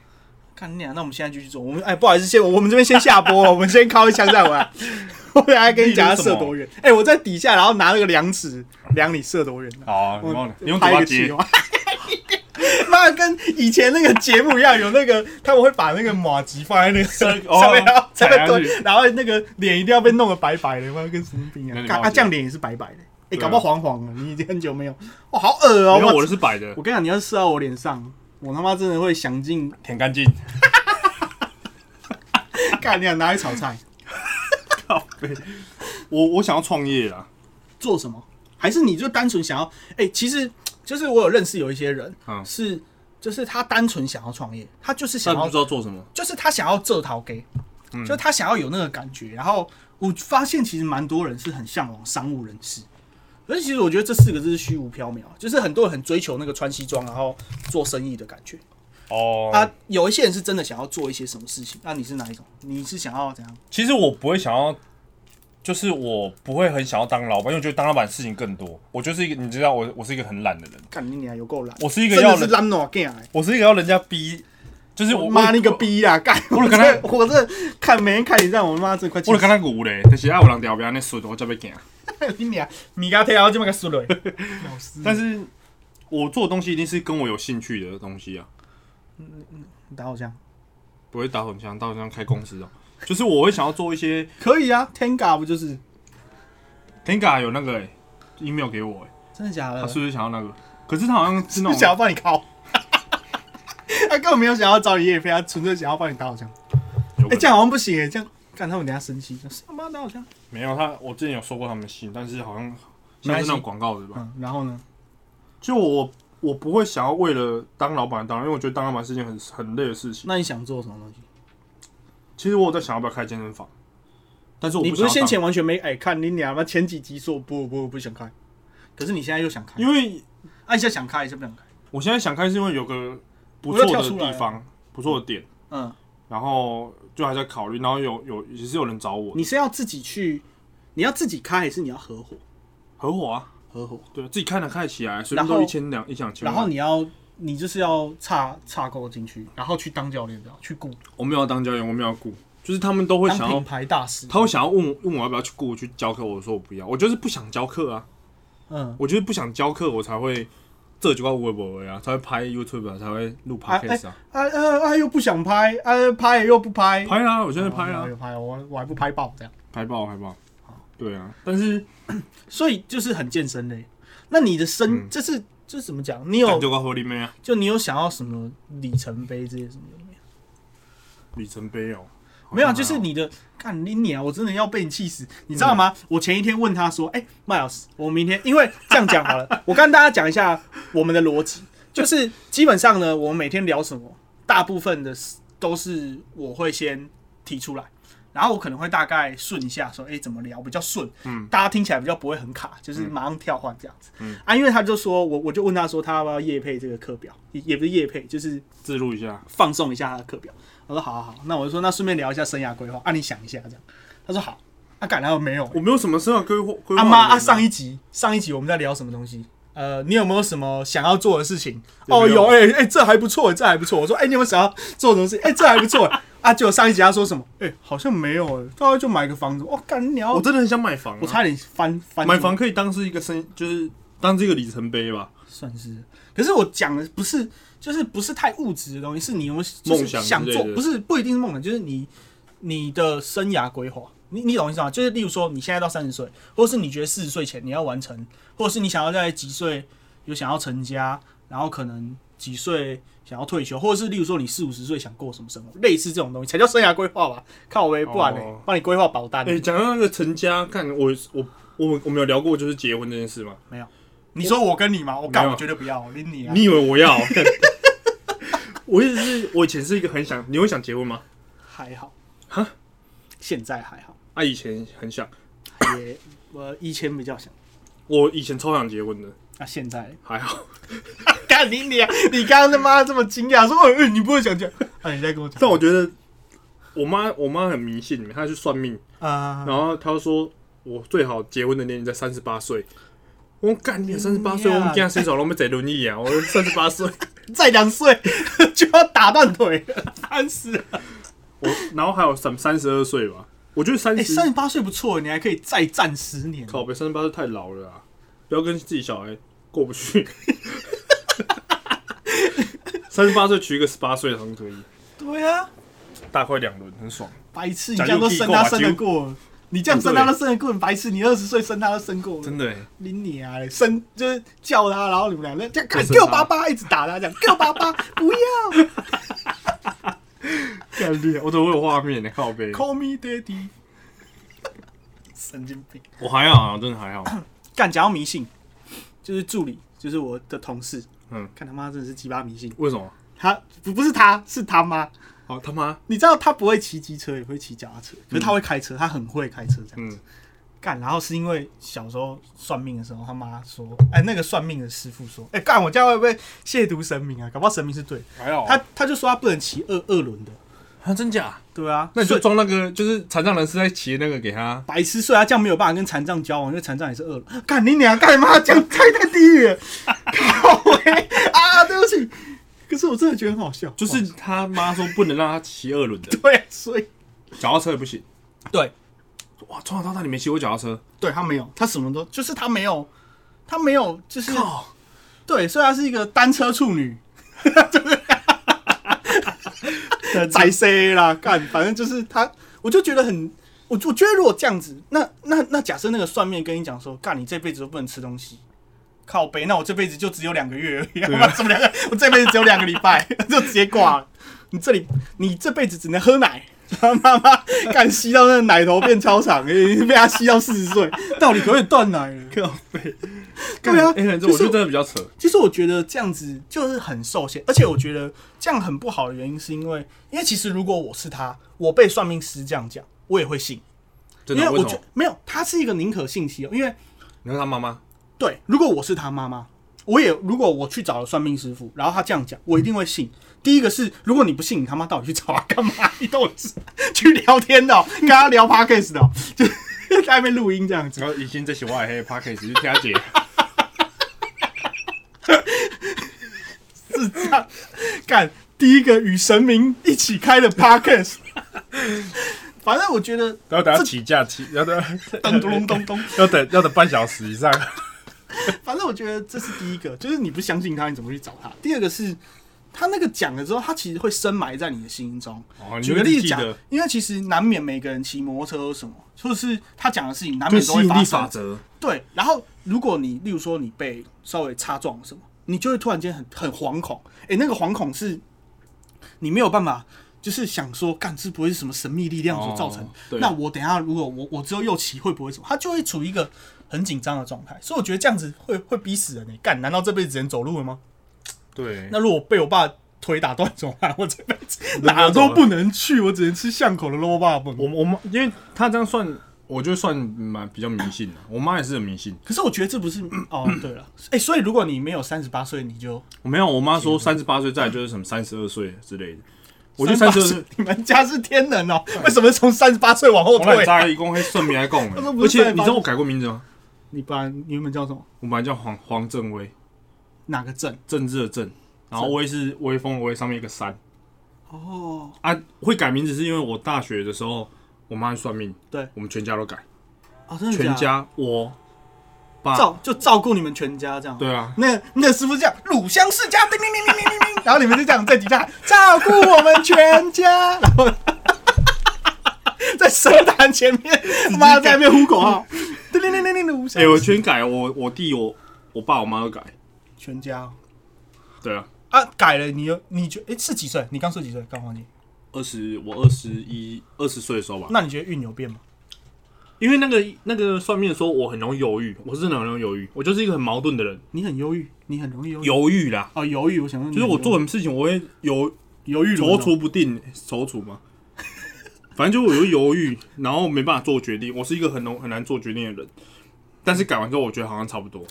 Speaker 2: 看你啊俩，那我们现在继续做。我们哎，不好意思，先我们这边先 下播，我们先敲一枪再玩。啊 我等下跟你讲要射多远。哎、我在底下，然后拿那个量尺量你射多远、啊。
Speaker 1: 好啊，你忘了，你用嘴
Speaker 2: 拍一
Speaker 1: 巴
Speaker 2: 个企
Speaker 1: 接。
Speaker 2: 划。 妈，跟以前那个节目一样，有那个他们会把那个马吉放在那个上
Speaker 1: 上
Speaker 2: 面，
Speaker 1: 哦
Speaker 2: 然后
Speaker 1: 踩
Speaker 2: 上面
Speaker 1: 下
Speaker 2: 蹲
Speaker 1: 去，
Speaker 2: 然后那个脸一定要被弄得白白的，妈跟神经病
Speaker 1: 那
Speaker 2: 啊！
Speaker 1: 你
Speaker 2: 干
Speaker 1: 忘记
Speaker 2: 啊，
Speaker 1: 了
Speaker 2: 这样脸也是白白的，哎，
Speaker 1: 对啊
Speaker 2: 搞不好黄黄的，你已经很久没有，哇，好恶哦！
Speaker 1: 没有，我
Speaker 2: 我
Speaker 1: 的是摆 的
Speaker 2: 我，跟你讲，你要是射到我脸上，我他妈真的会想尽
Speaker 1: 舔干净。
Speaker 2: 干你啊，拿去炒菜，
Speaker 1: 我我想要创业啊，
Speaker 2: 做什么？还是你就单纯想要？哎，其实就是我有认识有一些人
Speaker 1: 嗯
Speaker 2: 是。就是他单纯想要创业，他就是想
Speaker 1: 但
Speaker 2: 要
Speaker 1: 不知道做什么。
Speaker 2: 就是他想要这套给，
Speaker 1: 嗯
Speaker 2: 就是他想要有那个感觉。然后我发现其实蛮多人是很向往商务人士，而且其实我觉得这四个字是虚无缥缈，啊就是很多人很追求那个穿西装然后做生意的感觉。
Speaker 1: 哦
Speaker 2: 啊，有一些人是真的想要做一些什么事情。那、你是哪一种？你是想要怎样？
Speaker 1: 其实我不会想要，就是我不会很想要当老板，因为我觉得当老板事情更多。我就是一个，你知道我，我是一个很懒的人，
Speaker 2: 看你俩有够懒，
Speaker 1: 我是一个
Speaker 2: 真
Speaker 1: 要
Speaker 2: 的是
Speaker 1: 人，
Speaker 2: 懒惰 g 哎，
Speaker 1: 我是一个要人家逼，就是我
Speaker 2: 妈你个，逼啊！干，
Speaker 1: 我
Speaker 2: 我
Speaker 1: 有跟他
Speaker 2: 这我这看每天看你这样，我妈真的快气
Speaker 1: 我
Speaker 2: 死
Speaker 1: 就跟他牛嘞，但是爱有人调不要那顺，我才要行。啊
Speaker 2: 了！你俩米咖贴，然后这么个输了，老师
Speaker 1: 但是我做的东西一定是跟我有兴趣的东西啊，
Speaker 2: 你打我这样
Speaker 1: 不会打手枪，打手枪开公司哦、就是我会想要做一些
Speaker 2: 可以啊，Tenga 不就是
Speaker 1: Tenga 有那个、欸、email 给我、欸，
Speaker 2: 真的假的？
Speaker 1: 他是不是想要那个？可是他好像是那
Speaker 2: 不嗯
Speaker 1: 种，
Speaker 2: 想要帮你靠，他根本没有想要找你叶飞，他纯粹想要帮你打好枪。
Speaker 1: 有可
Speaker 2: 哎、
Speaker 1: 能
Speaker 2: 这样好像不行哎、这样看他们等下生气，是他妈打好枪。
Speaker 1: 没有他，我之前有收过他们的信，但是好像像是那种广告的吧？
Speaker 2: 嗯，然后呢？
Speaker 1: 就我我不会想要为了当老板当，因为我觉得当老板是一件很很累的事情。
Speaker 2: 那你想做什么东西？
Speaker 1: 其实我有在想要不要开健身房，但是我
Speaker 2: 你
Speaker 1: 不
Speaker 2: 不
Speaker 1: 想
Speaker 2: 是
Speaker 1: 要
Speaker 2: 先前完全没哎、看你俩妈前几集说不不不想开，可是你现在又想开
Speaker 1: 当，，因为
Speaker 2: 按一下想开，一下不想开。
Speaker 1: 我现在想开是因为有个不
Speaker 2: 我又
Speaker 1: 错
Speaker 2: 跳
Speaker 1: 的
Speaker 2: 出来了
Speaker 1: 地方，不错的点，
Speaker 2: 嗯，
Speaker 1: 然后就还在考虑，然后有有也是有人找我
Speaker 2: 你是要自己去，你要自己开还是你要合伙？
Speaker 1: 合伙啊，
Speaker 2: 合伙，
Speaker 1: 对，自己看得开起来，随
Speaker 2: 然
Speaker 1: 便
Speaker 2: 后
Speaker 1: 都一千两一两千
Speaker 2: 然
Speaker 1: 万。
Speaker 2: 后你要你就是要插插钩进去，然后去当教练，这样去雇
Speaker 1: 我没有要当教练，我没有要顾，就是他们都会
Speaker 2: 当
Speaker 1: 想要
Speaker 2: 品，牌大使。
Speaker 1: 他会想要问我问我要不要去顾去教课，我说我不要，我就是不想教课啊。
Speaker 2: 嗯，
Speaker 1: 我就是不想教课，我才会这就叫微博啊，才会拍 YouTube 啊，才会录 Podcast 啊，
Speaker 2: 啊啊啊！又不想拍，啊拍又不拍，
Speaker 1: 拍啦，我现在拍
Speaker 2: 哦
Speaker 1: 啊，
Speaker 2: 有拍，我我还不拍爆这样，
Speaker 1: 拍爆拍爆，对啊，但是
Speaker 2: 所以就是很健身类。那你的身，这是这是怎么讲？你
Speaker 1: 感
Speaker 2: 有
Speaker 1: 觉到合理没啊？
Speaker 2: 就你有想要什么里程碑这些什么的没有？
Speaker 1: 里程碑哦，
Speaker 2: 没有，啊
Speaker 1: 好像还好嗯
Speaker 2: 就是你的，看你你啊，我真的要被你气死，你知道吗？我前一天问他说，哎、麦老师，我明天因为这样讲好了，我跟大家讲一下我们的逻辑，就是基本上呢，我们每天聊什么，大部分的是都是我会先提出来。然后我可能会大概顺一下，说，哎，怎么聊比较顺？嗯，大家听起来比较不会很卡，
Speaker 1: 嗯
Speaker 2: 就是马上跳换这样子。嗯啊，因为他就说我，我就问他说，他要不要夜配这个课表？也也不是夜配，就是
Speaker 1: 自录一下，
Speaker 2: 放松一下他的课表。我说好好好，那我就说那顺便聊一下生涯规划啊，你想一下这样。他说好，啊，干然后没有。
Speaker 1: 我没有什么生涯规划规划。
Speaker 2: 阿妈啊，
Speaker 1: 上
Speaker 2: 上一集上一集我们在聊什么东西？呃，你有没有什么想要做的事情？
Speaker 1: 有
Speaker 2: 哦，
Speaker 1: 没有
Speaker 2: 有，哎、哎、这还不错，这还不错。我说，哎、你有没有想要做什么事？哎、这还不错。 啊，结果上一集他说什么？哎、好像没有，哎，大概就买个房子。哦，干你要
Speaker 1: 我真的很想买房啊，
Speaker 2: 我差点翻翻
Speaker 1: 买
Speaker 2: 桌
Speaker 1: 房可以当是一个生，就是当这个里程碑吧。
Speaker 2: 算是，可是我讲的不是，就是不是太物质的东西，是你有没有就是
Speaker 1: 梦想之
Speaker 2: 想
Speaker 1: 类
Speaker 2: 做，
Speaker 1: 的
Speaker 2: 不是不一定是梦想，就是你你的生涯规划，你你懂我意思吗？就是例如说，你现在到三十岁，或者是你觉得四十岁前你要完成，或者是你想要在几岁有想要成家，然后可能几岁想要退休，或者是例如说你四五十岁想过什么生活，类似这种东西才叫生涯规划吧？靠呗，不然呢、
Speaker 1: 哦
Speaker 2: 帮你规划保单、
Speaker 1: 哎，讲到那个成家，看我我我我们有聊过就是结婚这件事吗？
Speaker 2: 没有？你说我跟你吗？我干，
Speaker 1: 没有
Speaker 2: 我绝对不要，拎你啊！
Speaker 1: 你以为我 要？干我一直是我以前是一个很想，你会想结婚吗？
Speaker 2: 还好，
Speaker 1: 哈，
Speaker 2: 现在还好。
Speaker 1: 啊，以前很想。
Speaker 2: 呃也我以前比较想，
Speaker 1: 我以前超想结婚的，
Speaker 2: 那、啊现在，
Speaker 1: 还好。
Speaker 2: 干你你你刚刚他妈这么惊讶，说，哎、你不会想讲，啊，你在跟我讲
Speaker 1: 但我觉得我妈我妈很迷信，她去算命，
Speaker 2: 啊？
Speaker 1: 然后她说我最好结婚的年龄在三十八岁。我说干你三十八岁，我们跟她伸手都没坐轮椅啊！我三十八 岁，
Speaker 2: 再两岁就要打断腿了，烦死了！
Speaker 1: 我然后还有三三十二岁吧，我觉得三
Speaker 2: 哎、
Speaker 1: 十、
Speaker 2: 三十八岁不错，你还可以再战十年。
Speaker 1: 靠北三十八岁太老了啊，不要跟自己小孩过不 去。三十八岁娶一个十八岁的好像可以，
Speaker 2: 对啊，
Speaker 1: 大快两轮，很爽。
Speaker 2: 白痴，你
Speaker 1: 假
Speaker 2: 这样都
Speaker 1: 如屁
Speaker 2: 生
Speaker 1: 股
Speaker 2: 他
Speaker 1: 啊
Speaker 2: 生得
Speaker 1: 就
Speaker 2: 过，你这样生他都生得过，你白痴，你二十岁生他都生过，
Speaker 1: 真的欸、
Speaker 2: 拎你啊，生就是叫他，然后你们两个这样
Speaker 1: 我生
Speaker 2: 给我
Speaker 1: 他
Speaker 2: 爸爸，一直打他，这样给我爸爸，不 要
Speaker 1: 干你啊我怎么会有画面呢、靠背，
Speaker 2: ，Call me daddy，神经病。
Speaker 1: 我还好啊，真的还好。
Speaker 2: 干，讲到迷信，就是助理，就是我的同事，
Speaker 1: 嗯，
Speaker 2: 看他妈真的是鸡巴迷信，
Speaker 1: 为什么？
Speaker 2: 他不不是他，是他妈。
Speaker 1: 好他妈，
Speaker 2: 你知道他不会骑机车，也不会骑脚踏车，可是他会开车，他很会开车这样子
Speaker 1: 嗯。
Speaker 2: 干、然后是因为小时候算命的时候，他妈说，哎、那个算命的师傅说，哎、干，我家会不会亵渎神明啊？搞不好神明是对的，
Speaker 1: 还好啊
Speaker 2: 他他就说他不能骑二二轮的，
Speaker 1: 啊，真假？
Speaker 2: 对啊，
Speaker 1: 那你就
Speaker 2: 所以
Speaker 1: 装那个，就是残障人士在骑的那个给他。
Speaker 2: 白痴，所以他这样没有办法跟残障交往，因为残障也是二轮。 干你娘，干妈讲太太地狱了，靠喂啊，对不起，可是我真的觉得很好笑，
Speaker 1: 就是他妈说不能让他骑二轮的，
Speaker 2: 对啊，所以
Speaker 1: 脚踏车也不行。
Speaker 2: 对
Speaker 1: 哇，从小到大你没骑过脚踏车，
Speaker 2: 对他没有，他什么都就是他没有，他没有就是
Speaker 1: 靠！
Speaker 2: 对，所以她是一个单车 处女，就是宅 C 啦，干，反正就是她，我就觉得很，我我觉得如果这样子，那那那假设那个算命跟你讲说，干，你这辈子都不能吃东西。靠背，那我这辈子就只有两个月而已，
Speaker 1: 啊
Speaker 2: 怎么两个？ 我这辈子只有两个礼拜， 就直接挂了。你这里，你这辈子只能喝奶， 妈妈干吸到那个奶头变超长，被他吸到四十岁，到底可不可以断奶了？
Speaker 1: 靠背，
Speaker 2: 对啊
Speaker 1: 哎，反正
Speaker 2: 就是
Speaker 1: 我觉得真的比较扯。
Speaker 2: 其实我觉得这样子就是很受限，而且我觉得这样很不好的原因是因为，因为其实如果我是他，我被算命师这样讲，我也会信，
Speaker 1: 真
Speaker 2: 因
Speaker 1: 的，
Speaker 2: 为
Speaker 1: 为
Speaker 2: 我
Speaker 1: 什
Speaker 2: 觉
Speaker 1: 么？
Speaker 2: 没有，他是一个宁可信其有，因为
Speaker 1: 你看他妈妈，
Speaker 2: 对，如果我是他妈妈，我也如果我去找了算命师傅，然后他这样讲，我一定会信。第一个是，如果你不信，你他妈到底去找他干嘛？你到底是去聊天 的哦、跟他聊 podcast 的哦、就是在那边录音这样子。
Speaker 1: 然后以前在喜欢黑 p a c k a g e 就听 姐，
Speaker 2: 智障，干第一个与神明一起开的 podcast。反正我觉得
Speaker 1: 然后等下起价起，要等
Speaker 2: 咚咚咚咚咚，
Speaker 1: 要等要等半小时以上。
Speaker 2: 反正我觉得这是第一个，就是你不相信他，你怎么去找他？第二个是他那个讲了之后，他其实会深埋在你的心中。
Speaker 1: 哦
Speaker 2: 举个例子
Speaker 1: 你
Speaker 2: 讲
Speaker 1: 会记得，
Speaker 2: 因为其实难免每个人骑摩托车或什么，就是他讲的事情难
Speaker 1: 就
Speaker 2: 免
Speaker 1: 吸
Speaker 2: 都会
Speaker 1: 引
Speaker 2: 发
Speaker 1: 力
Speaker 2: 生
Speaker 1: 法。则，
Speaker 2: 对，然后如果你例如说你被稍微擦撞了什么，你就会突然间很很惶恐。哎、那个惶恐是你没有办法，就是想说，干这不会是什么神秘力量所造成的
Speaker 1: 哦对
Speaker 2: 那我等一下如果我我只有右骑会不会什么？他就会处于一个很紧张的状态。所以我觉得这样子会会逼死人、欸。干，难道这辈子只能走路了吗？
Speaker 1: 对，
Speaker 2: 那如果被我爸腿打断怎么办？我这辈子
Speaker 1: 那
Speaker 2: 哪
Speaker 1: 怎么办
Speaker 2: 都不能去，我只能吃巷口的肉霸粉。
Speaker 1: 我我妈，因为她这样算，我就算蛮比较迷信的。我妈也是很迷信。
Speaker 2: 可是我觉得这不是哦，对了，哎、所以如果你没有三十八岁，你就
Speaker 1: 我没有，我妈说三十八岁再来就是什么三十二岁之类的。我觉得三十二岁
Speaker 2: 38，你们家是天能哦、为什么从三十八岁往后
Speaker 1: 我来
Speaker 2: 退？
Speaker 1: 扎一公会顺便来供
Speaker 2: 她说
Speaker 1: 的。
Speaker 2: 不
Speaker 1: 而
Speaker 2: 是
Speaker 1: 且你知
Speaker 2: 38
Speaker 1: 道我改过名字吗？
Speaker 2: 你不然你原本叫什么？
Speaker 1: 我本来叫黄黄正威，
Speaker 2: 哪个镇？
Speaker 1: 政治的政，然后威是威风的威，上面一个山
Speaker 2: 哦，
Speaker 1: 啊。会改名字是因为我大学的时候，我妈去算命，
Speaker 2: 对，
Speaker 1: 我们全家都改，
Speaker 2: 哦，真的假
Speaker 1: 全
Speaker 2: 的
Speaker 1: 家我爸，
Speaker 2: 照就照顾你们全家这样。
Speaker 1: 对啊，
Speaker 2: 那那师傅这样，乳香世家，叮叮叮叮叮叮叮，然后你们就这样在底下照顾我们全家，然后 在神坛前面，妈在那边呼口号，叮叮叮叮叮，乳
Speaker 1: 嗯
Speaker 2: 香
Speaker 1: 哎，我全改，我我弟我我爸我妈都改，
Speaker 2: 全家哦
Speaker 1: 对啊，
Speaker 2: 啊改了，你又你觉哎是几岁？你刚说几岁？刚忘记。
Speaker 1: 二十我二十一二十岁的时候吧，
Speaker 2: 那你觉得运有变吗？
Speaker 1: 因为那个那个算命说我很容易犹豫，我是真的很容易犹豫，我就是一个很矛盾的人，
Speaker 2: 你很忧郁，你很容易忧郁。
Speaker 1: 犹豫啦，
Speaker 2: 哦，犹豫，我想问你
Speaker 1: 就
Speaker 2: 有
Speaker 1: 是
Speaker 2: 没有
Speaker 1: 我做什么事情我会犹
Speaker 2: 犹豫
Speaker 1: 踌
Speaker 2: 轮哦，
Speaker 1: 躇不定，踌躇嘛，反正就我有犹豫，然后没办法做决定，我是一个很容很难做决定的人，但是改完之后我觉得好像差不多，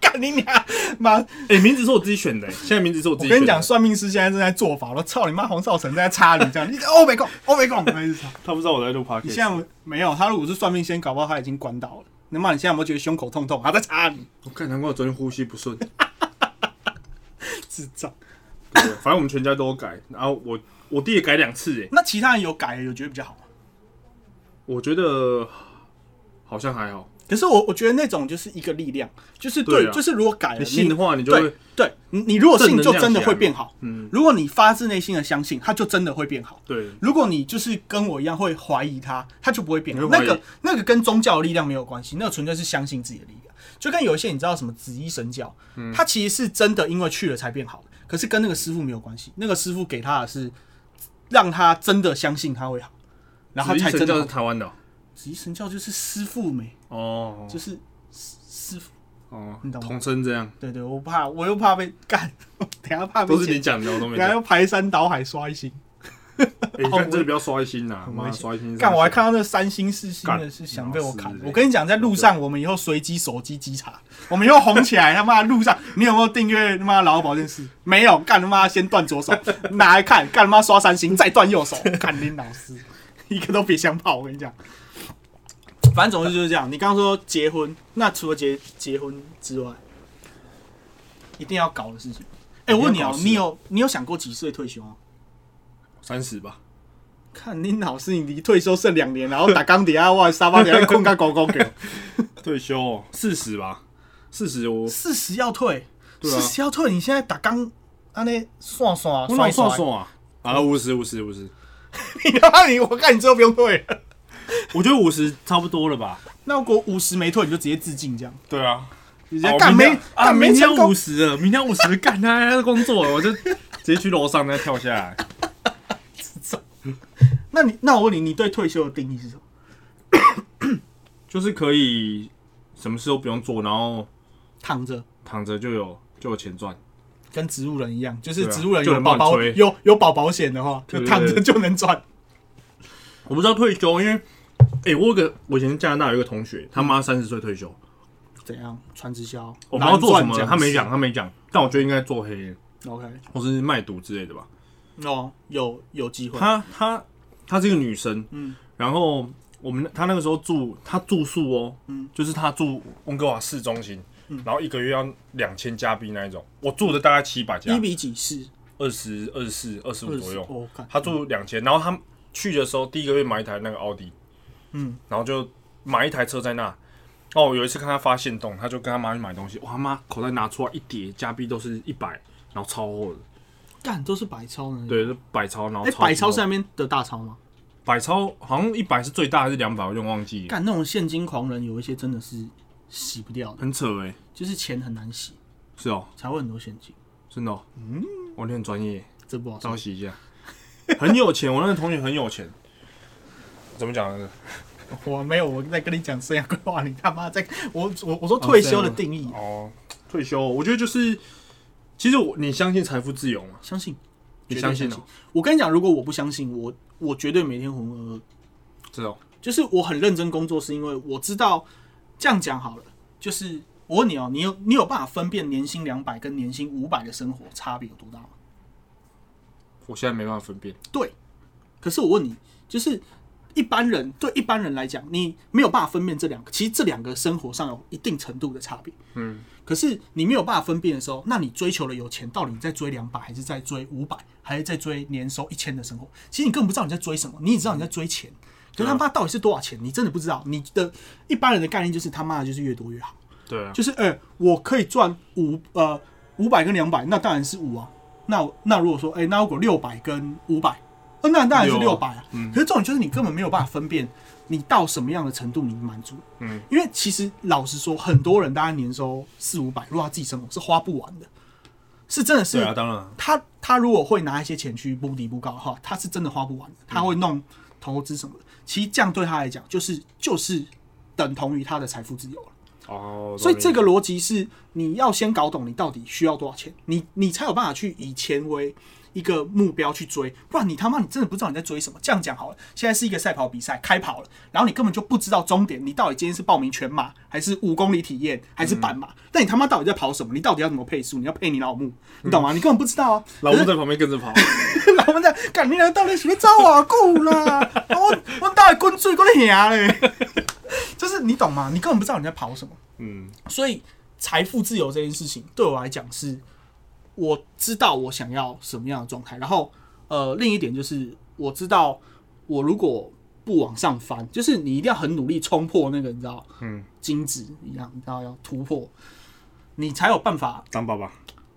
Speaker 2: 干你俩妈！
Speaker 1: 哎、名字是我自己选的、现在名字是我自
Speaker 2: 我
Speaker 1: 己选的。
Speaker 2: 跟你讲，算命师现在正在做法，我操你妈！黄少成在插你这样，你欧美共欧美 共，我一直插
Speaker 1: 他不知道我在录
Speaker 2: 你
Speaker 1: podcast。
Speaker 2: 现在没有他，如果是算命先，搞不好他已经关到了。那么你现在有没有觉得胸口痛痛？他在插你，
Speaker 1: 我看难怪我昨天呼吸不顺。
Speaker 2: 智障。
Speaker 1: 对反正我们全家都有改，然后我我弟也改两次、哎，
Speaker 2: 那其他人有改，有觉得比较好吗？
Speaker 1: 我觉得好像还好。
Speaker 2: 可是我我觉得那种就是一个力量，就是对，
Speaker 1: 对啊
Speaker 2: 就是如果改了
Speaker 1: 你信的话，你就
Speaker 2: 对
Speaker 1: 会
Speaker 2: 对，你你如果信就真的会变好。
Speaker 1: 嗯，
Speaker 2: 如果你发自内心的相信，它就真的会变好。
Speaker 1: 对，
Speaker 2: 如果你就是跟我一样会怀疑它，它就不会变好。
Speaker 1: 你会
Speaker 2: 那
Speaker 1: 怀疑
Speaker 2: 个那个跟宗教的力量没有关系，那个纯粹是相信自己的力量。就跟有一些你知道什么紫衣神教，
Speaker 1: 嗯
Speaker 2: 它其实是真的因为去了才变好的，可是跟那个师傅没有关系。那个师傅给他的是让他真的相信他会好，然后
Speaker 1: 紫
Speaker 2: 他才
Speaker 1: 衣
Speaker 2: 真
Speaker 1: 神
Speaker 2: 的
Speaker 1: 教
Speaker 2: 好
Speaker 1: 是。台湾的哦
Speaker 2: 紫衣神教就是师傅没，
Speaker 1: 哦
Speaker 2: 就是师师傅。
Speaker 1: 哦
Speaker 2: 你懂，吗
Speaker 1: 统称这样，
Speaker 2: 对对，我怕，我又怕被干， 等一下怕被
Speaker 1: 都是你
Speaker 2: 剪，
Speaker 1: 讲的，我都没
Speaker 2: 等一下
Speaker 1: 讲。
Speaker 2: 又排山倒海刷一星。
Speaker 1: 哎，你看真的不要刷新呐，
Speaker 2: 哦很危
Speaker 1: 妈
Speaker 2: 险
Speaker 1: 刷新。
Speaker 2: 干，我还看到那三星、四星的
Speaker 1: 干
Speaker 2: 是想被我砍
Speaker 1: 老师。欸
Speaker 2: 我跟你讲，在路上我们以后随机手机稽查，我们又红起来。他妈路上， 你有没有订阅他妈老保 健室？没有，干他妈先断左手，拿来看，干他妈刷三星，再断右手，干林老师， 一个都别想跑。我跟你讲，反正总之就是这样。你刚刚说结婚，那除了结结婚之外，一定要搞的事情。哎、我问你哦、
Speaker 1: 一定要搞事啊
Speaker 2: 你有你有想过几岁退休啊？
Speaker 1: 三十吧，
Speaker 2: 看林老师，你离退休剩两年，然后打钢底下哇沙发底下困个狗狗狗。
Speaker 1: 退休四十吧，四十我
Speaker 2: 四十要退，
Speaker 1: 对
Speaker 2: 四
Speaker 1: 啊
Speaker 2: 十、要退，你现在打啊刚安尼算算
Speaker 1: 我哪
Speaker 2: 算
Speaker 1: 算，算啊？啊，
Speaker 2: 嗯
Speaker 1: 五十五十五十，
Speaker 2: 你他妈你我看你最后不用退了。
Speaker 1: 我觉得五十差不多了吧？
Speaker 2: 那如果五十没退，你就直接自尽这样，
Speaker 1: 对啊，
Speaker 2: 直
Speaker 1: 哦
Speaker 2: 接干
Speaker 1: 明
Speaker 2: 没
Speaker 1: 天啊，
Speaker 2: 干没
Speaker 1: 明天
Speaker 2: 成
Speaker 1: 五
Speaker 2: 功。
Speaker 1: 十了，明天五十，干他还在工作了，我 就直接去楼上再跳下来。
Speaker 2: 那你那我问你，你对退休的定义是什么？
Speaker 1: 就是可以什么事都不用做，然后
Speaker 2: 躺着。
Speaker 1: 躺着就有就有钱赚。
Speaker 2: 跟植物人一样，就是
Speaker 1: 对啊
Speaker 2: 植物人
Speaker 1: 就
Speaker 2: 有
Speaker 1: 能帮
Speaker 2: 保
Speaker 1: 你
Speaker 2: 保
Speaker 1: 吹
Speaker 2: 有有保保险的话，就
Speaker 1: 对对
Speaker 2: 躺着
Speaker 1: 对
Speaker 2: 就能赚。
Speaker 1: 我不知道退休，因为哎、我有个我以前加拿大有一个同学，他
Speaker 2: 嗯
Speaker 1: 妈三十岁退休，
Speaker 2: 怎样？传直销？
Speaker 1: 我不知道做什么
Speaker 2: 蓝钻，
Speaker 1: 他没讲，他没讲，但我觉得应该做黑
Speaker 2: ，OK，
Speaker 1: 或是卖毒之类的吧。
Speaker 2: 哦，有有机会。
Speaker 1: 她她她是一个女生，
Speaker 2: 嗯
Speaker 1: 然后我们她那个时候住她住宿哦，
Speaker 2: 嗯
Speaker 1: 就是她住温哥华市中心，然后一个月要两千加币那一种，我住的大概七百加
Speaker 2: 一，比几是
Speaker 1: 二十二四二十五左右，
Speaker 2: 我看
Speaker 1: 他住两千，然后他去的时候第一个月买一台那个奥迪，
Speaker 2: 嗯，
Speaker 1: 然后就买一台车在那。哦，有一次看他发现洞，他就跟他妈去买东西，哇，他妈口袋拿出来一叠加币都是一百，然后超厚的，
Speaker 2: 干都是百超呢。，
Speaker 1: 对，是百超，然后
Speaker 2: 哎，
Speaker 1: 超
Speaker 2: 百超
Speaker 1: 厚
Speaker 2: 是那边的大超吗？
Speaker 1: 百超好像一百是最大还是两百，我有点忘记了，
Speaker 2: 干那种现金狂人，有一些真的是洗不掉的，
Speaker 1: 很扯哎、
Speaker 2: 就是钱很难洗，
Speaker 1: 是哦，
Speaker 2: 才会很多现金，
Speaker 1: 真的、哦，嗯，我很专业，
Speaker 2: 这不好
Speaker 1: 抄
Speaker 2: 说。
Speaker 1: 袭一下，很有钱，我那个同学很有钱，怎么讲呢？
Speaker 2: 我没有，我在跟你讲生涯规划，你他妈在我我我说退休的定义，
Speaker 1: 哦，退休，我觉得就是，其实我你相信财富自由吗？
Speaker 2: 相信
Speaker 1: 你相信哦、
Speaker 2: 绝对我跟你讲，如果我不相信，我我绝对每天浑浑噩噩。
Speaker 1: 这种
Speaker 2: 就是我很认真工作，是因为我知道这样讲好了。就是我问你哦、你有你有办法分辨年薪两百跟年薪五百的生活差别有多大吗？
Speaker 1: 我现在没办法分辨。
Speaker 2: 可是我问你，就是一般人对一般人来讲，你没有办法分辨这两个，其实这两个生活上有一定程度的差别。
Speaker 1: 嗯，
Speaker 2: 可是你没有办法分辨的时候，那你追求的有钱，到底你在追两百，还是在追五百，还是在追年收一千的生活？其实你根本不知道你在追什么，你也知道你在追钱，可是他妈到底是多少钱，你真的不知道。你的一般人的概念就是他妈的就是越多越好。
Speaker 1: 对啊，
Speaker 2: 就是哎、呃我可以赚五呃五百跟两百，那当然是五啊。那我那如果说哎、那如果六百跟五百、呃，那当然是
Speaker 1: 六
Speaker 2: 六
Speaker 1: 啊
Speaker 2: 百啊。可是重点就是你根本没有办法分辨你到什么样的程度你满足。
Speaker 1: 嗯，
Speaker 2: 因为其实老实说，很多人大概年收四五百，如果他自己生活是花不完的，是真的是
Speaker 1: 对啊，当然，
Speaker 2: 他他如果会拿一些钱去不低不高的话，他是真的花不完的，他会弄投资什么的。其实这样对他来讲，就是就是等同于他的财富自由了。
Speaker 1: 哦，
Speaker 2: 所以这个逻辑是你要先搞懂你到底需要多少钱，你你才有办法去以钱为一个目标去追，不然你他妈你真的不知道你在追什么。这样讲好了，现在是一个赛跑比赛开跑了，然后你根本就不知道终点，你到底今天是报名全马还是五公里体验还是半马？那、你他妈到底在跑什么？你到底要怎么配速？你要配你老母，你懂吗？你根本不知道啊。
Speaker 1: 老吴在旁边跟着跑，
Speaker 2: 然后我们在干，你俩到底想要走偌久 啦？啊我我到底滚水滚得下嘞？就是你懂吗？你根本不知道你在跑什么。
Speaker 1: 嗯，
Speaker 2: 所以财富自由这件事情对我来讲是，我知道我想要什么样的状态。然后呃，另一点就是我知道我如果不往上翻，就是你一定要很努力冲破那个，你知道，
Speaker 1: 嗯，
Speaker 2: 金子一样，你知道要突破，你才有办法。
Speaker 1: 当爸爸，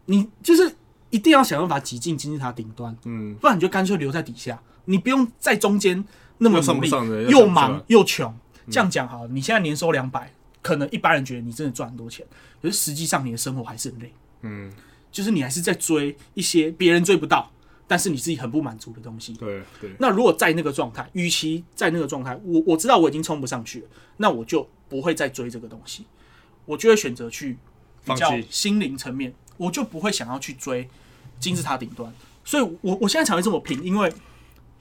Speaker 2: 你就是一定要想办法挤进金字塔顶端。
Speaker 1: 嗯，
Speaker 2: 不然你就干脆留在底下，你不用在中间那么
Speaker 1: 要上
Speaker 2: 努
Speaker 1: 不
Speaker 2: 力，
Speaker 1: 上的要
Speaker 2: 又
Speaker 1: 上不
Speaker 2: 忙
Speaker 1: 上嗯
Speaker 2: 又穷。这样讲好了，你现在年收两百，可能一般人觉得你真的赚很多钱，可是实际上你的生活还是很累，
Speaker 1: 嗯，
Speaker 2: 就是你还是在追一些别人追不到，但是你自己很不满足的东西。
Speaker 1: 对对，
Speaker 2: 那如果在那个状态，与其在那个状态，我我知道我已经冲不上去了，那我就不会再追这个东西，我就会选择去比
Speaker 1: 放
Speaker 2: 较
Speaker 1: 弃
Speaker 2: 心灵层面，我就不会想要去追金字塔顶端。所以我我现在才会这么拼，因为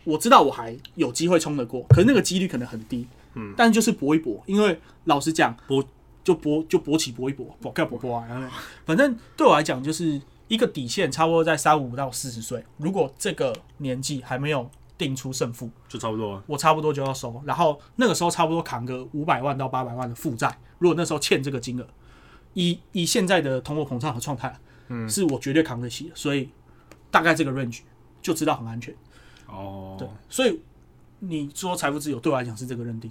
Speaker 2: 我知道我还有机会冲得过，可是那个几率可能很低。嗯，但就是搏一搏，因为老实讲，
Speaker 1: 搏
Speaker 2: 就搏就搏起搏一搏， 搏干搏搏啊。然后 反正对我来讲，就是一个底线，差不多在三五到四十岁。如果这个年纪还没有定出胜负，
Speaker 1: 就差不多了。
Speaker 2: 我差不多就要收，然后那个时候差不多扛个五百万到八百万的负债，如果那时候欠这个金额，以以现在的通货膨胀的状态，嗯，是我绝对扛得起的，所以大概这个 range 就知道很安全。
Speaker 1: 哦，
Speaker 2: 对，所以你说财富自由对我来讲是这个认定，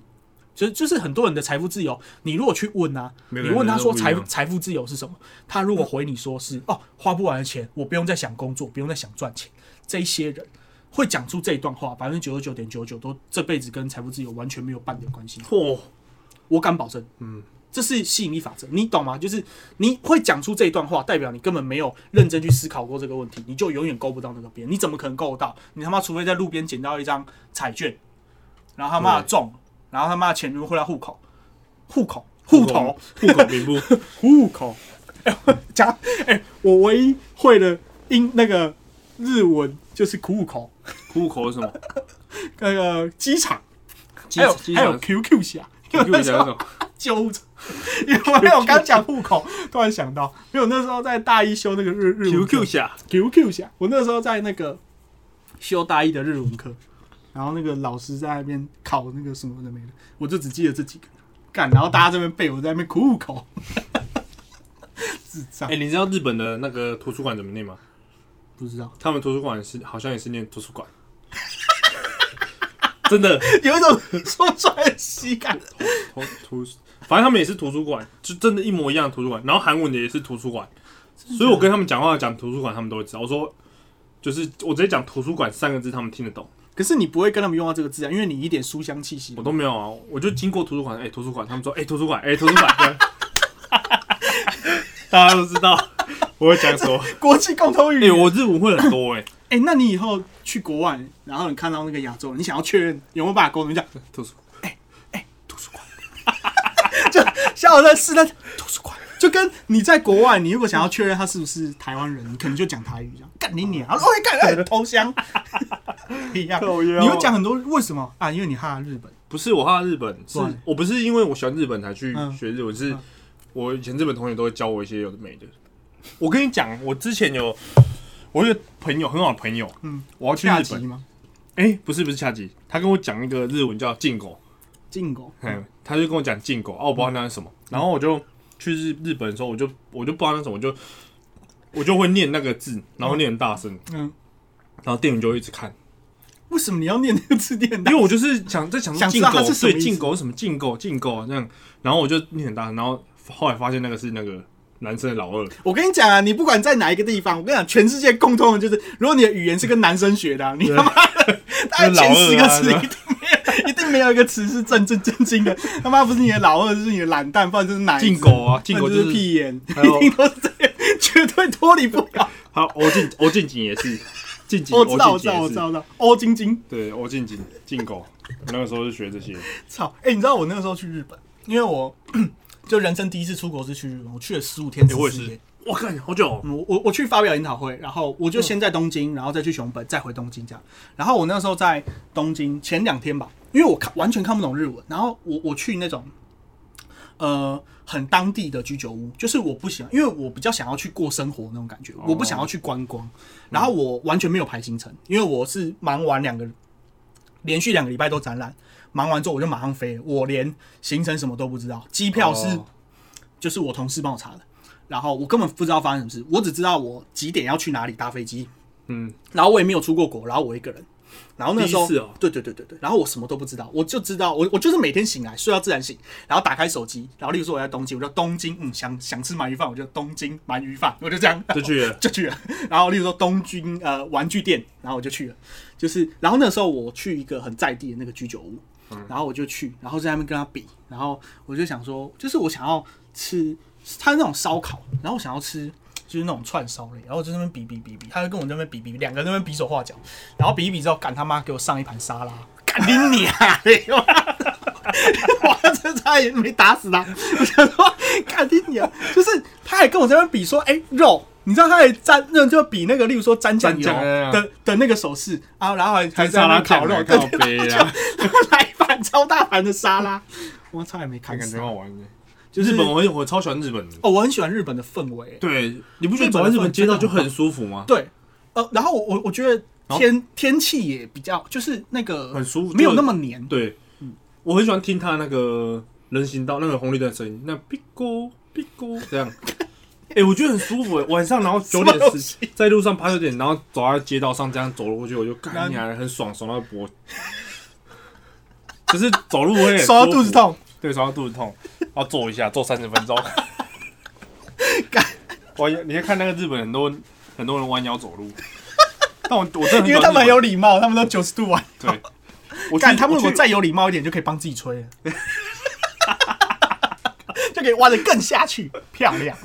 Speaker 2: 就是就是很多人的财富自由，你如果去问啊，
Speaker 1: 每个
Speaker 2: 你
Speaker 1: 人
Speaker 2: 问他
Speaker 1: 都
Speaker 2: 说
Speaker 1: 不一
Speaker 2: 财
Speaker 1: 样
Speaker 2: 财富自由是什么，他如果回你说是、哦花不完的钱，我不用再想工作，不用再想赚钱，这一些人会讲出这一段话，百分之九十九点九九都这辈子跟财富自由完全没有半点关系，
Speaker 1: 嚯，
Speaker 2: 我敢保证，嗯。这是吸引力法则，你懂吗？就是你会讲出这一段话，代表你根本没有认真去思考过这个问题，你就永远勾不到那个边。你怎么可能勾得到？你他妈除非在路边捡到一张彩券，然后他妈的
Speaker 1: 对
Speaker 2: 中，然后他妈的钱全部汇到户口、户口、户头、
Speaker 1: 户口名簿，
Speaker 2: 户口。哎我加哎、我唯一会的英那个日文就是苦口，
Speaker 1: 户口是什么？
Speaker 2: 那个机场，
Speaker 1: 机
Speaker 2: 还有
Speaker 1: 机
Speaker 2: 还有
Speaker 1: 场
Speaker 2: QQ 侠，
Speaker 1: QQ 侠那种，
Speaker 2: 纠正， 因为我刚讲户口，突然想到，因为我那时候在大一修那个日日文
Speaker 1: QQ
Speaker 2: 课
Speaker 1: 侠，
Speaker 2: QQ 下，我那时候在那个修大一的日文课，然后那个老师在那边考那个什么的没的，我就只记得这几个干，然后大家这边背，我在那边苦口，智障
Speaker 1: 哎，，你知道日本的那个图书馆怎么念吗？
Speaker 2: 不知道，
Speaker 1: 他们图书馆是好像也是念图书馆， 真的，
Speaker 2: 有一种说出来的喜感，
Speaker 1: 图图， 反正他们也是图书馆，就真的一模一样的图书馆。然后韩文的也是图书馆，所以我跟他们讲话讲图书馆，他们都会知道。我说就是我直接讲图书馆三个字，他们听得懂。
Speaker 2: 可是你不会跟他们用到这个字啊，因为你一点书香气息
Speaker 1: 我。都没有啊，我就经过图书馆，哎、图书馆，他们说，哎、图书馆，哎、图书馆，对大家都知道我会讲什么。
Speaker 2: 国际共同语
Speaker 1: 哎、
Speaker 2: 言，
Speaker 1: 我日文会很多哎、
Speaker 2: 哎、那你以后去国外，然后你看到那个亚洲人，你想要确认有没有办法沟通，你讲
Speaker 1: 图书
Speaker 2: 图书馆，就下午在试探图书馆，就跟你在国外，你如果想要确认他是不是台湾人，你可能就讲台语这样，干 你娘，哦，干哎投降， 一样，
Speaker 1: 靠腰啊
Speaker 2: 你会讲很多为什么啊？因为你怕日本，
Speaker 1: 不是我怕日本，是
Speaker 2: 不然
Speaker 1: 我不是因为我喜欢日本才去
Speaker 2: 嗯
Speaker 1: 学日文，是
Speaker 2: 嗯
Speaker 1: 我以前日本同学都会教我一些有的没的。我跟你讲，我之前有我有一个朋友很好的朋友，
Speaker 2: 嗯，
Speaker 1: 我要去
Speaker 2: 下
Speaker 1: 日
Speaker 2: 集
Speaker 1: 本，
Speaker 2: 吗？
Speaker 1: 哎、不是不是恰吉，他跟我讲一个日文叫进狗，
Speaker 2: 进口，
Speaker 1: 嗯，他就跟我讲进口，啊，我
Speaker 2: 嗯
Speaker 1: 不知道那是什么，然后我就去日日本的时候，我就我就不知道那是什么，我就我就会念那个字，然后念很大声，
Speaker 2: 嗯，
Speaker 1: 然后店员就会一直看，
Speaker 2: 为什么你要念那个字典
Speaker 1: 因为我就是想在想说
Speaker 2: 想知
Speaker 1: 进
Speaker 2: 道
Speaker 1: 口
Speaker 2: 它是什么
Speaker 1: 对
Speaker 2: 意思
Speaker 1: 进口什么进口进口这样，然后我就念很大声，然后后来发现那个是那个男生的老二，
Speaker 2: 我跟你讲啊，你不管在哪一个地方，我跟你讲，全世界共通的就是，如果你的语言是跟男生学的啊、你他妈的 大概前十个词
Speaker 1: 老二啊
Speaker 2: 一定没有，一定没有一个词是正正正经的。他妈不是你的老二，就是你的懒蛋，不然就是奶子
Speaker 1: 进口啊进口
Speaker 2: 不然
Speaker 1: 就
Speaker 2: 就是是屁眼，
Speaker 1: 还有
Speaker 2: 一定都是这样， 绝对脱离不了。
Speaker 1: 好，欧进欧进景也是，进景
Speaker 2: 我知道，
Speaker 1: 欧
Speaker 2: 我知
Speaker 1: 进
Speaker 2: 道，
Speaker 1: 景
Speaker 2: 我
Speaker 1: 也
Speaker 2: 知
Speaker 1: 是
Speaker 2: 道，，我知道。欧晶晶，
Speaker 1: 对欧进景进口，我那个时候就学这些，
Speaker 2: 操！哎、你知道我那 个时候去日本，因为我就人生第一次出国是去日本，我去了十五天，
Speaker 1: 哎我也
Speaker 2: 14
Speaker 1: 是
Speaker 2: 天
Speaker 1: 哇，看好久哦，
Speaker 2: 嗯我我我去发表研讨会，然后我就先在东京，然后再去熊本，再回东京这样。然后我那时候在东京前两天吧，因为我看完全看不懂日文，然后我我去那种呃很当地的居酒屋，就是我不喜欢，因为我比较想要去过生活那种感觉，我不想要去观光。然后我完全没有排行程，因为我是忙完两个连续两个礼拜都展览，忙完之后我就马上飞了，我连行程什么都不知道，机票是、
Speaker 1: 哦
Speaker 2: 就是我同事帮我查的，然后我根本不知道发生什么事，我只知道我几点要去哪里搭飞机，
Speaker 1: 嗯，
Speaker 2: 然后我也没有出过国，然后我一个人，然后那时候
Speaker 1: 第一次哦
Speaker 2: 对对对对对，然后我什么都不知道，我就知道我我就是每天醒来睡到自然醒，然后打开手机，然后例如说我在东京，我就东京，嗯，想想吃鳗鱼饭，我就东京鳗鱼饭，我就这样
Speaker 1: 就去了
Speaker 2: 就去了。然后例如说东京呃玩具店，然后我就去了，就是然后那时候我去一个很在地的那个居酒屋，然后我就去，然后在那边跟他比，然后我就想说，就是我想要吃他那种烧烤，然后我想要吃。就是那种串烧类，然后我就在那边比比比比，他就跟我那边比比，两个人在那边比手画脚，然后比一比之后，干他妈给我上一盘沙拉，干你你啊！ 我这差点没打死他。我想说，干你娘！就是他还跟我在那边比说，哎、肉，你知道他还沾，那就比那个，例如说沾酱油
Speaker 1: 沾酱哎
Speaker 2: 的的那个手势啊，然后还还
Speaker 1: 还
Speaker 2: 在
Speaker 1: 沙
Speaker 2: 那
Speaker 1: 拉
Speaker 2: 边烤 肉，对
Speaker 1: 靠
Speaker 2: 对 对，
Speaker 1: 杯啊，
Speaker 2: 来一盘超大盘的沙拉，我差点没看
Speaker 1: 感觉
Speaker 2: 死
Speaker 1: 很。好玩的。
Speaker 2: 就是
Speaker 1: 日本，我我超喜欢日本的。
Speaker 2: 哦，我很喜欢日本的氛围、欸
Speaker 1: 对，你不觉得走在日本街道就很舒服吗？
Speaker 2: 对，呃，然后我我我觉得
Speaker 1: 然后
Speaker 2: 天天气也比较，就是那个
Speaker 1: 很舒服
Speaker 2: 没有
Speaker 1: 就
Speaker 2: 那么黏。
Speaker 1: 对，我很喜欢听他那个人行道那个红绿灯的声音，那 b i g 这 样。哎、我觉得很舒服欸。晚上然后九
Speaker 2: 什么
Speaker 1: 点
Speaker 2: 东
Speaker 1: 十，在路上八九点，然后走在街道上这样走路过去，我就
Speaker 2: 然后
Speaker 1: 干你娘很爽，爽到 脖，就是走路会很
Speaker 2: 烧到
Speaker 1: 舒
Speaker 2: 肚子
Speaker 1: 服，
Speaker 2: 痛，
Speaker 1: 对，爽到肚子痛，然后坐一下，坐三十分钟
Speaker 2: 干。
Speaker 1: 我你看那个日本很多很多人弯腰走 路，但我我真的很喜欢
Speaker 2: 因为他们很
Speaker 1: 日
Speaker 2: 有
Speaker 1: 本
Speaker 2: 礼貌，他们都九十度完。
Speaker 1: 对，我去
Speaker 2: 干他们
Speaker 1: 我
Speaker 2: 如果
Speaker 1: 去
Speaker 2: 再有礼貌一点，就可以帮自己吹了， 就可以挖的更下去，漂亮。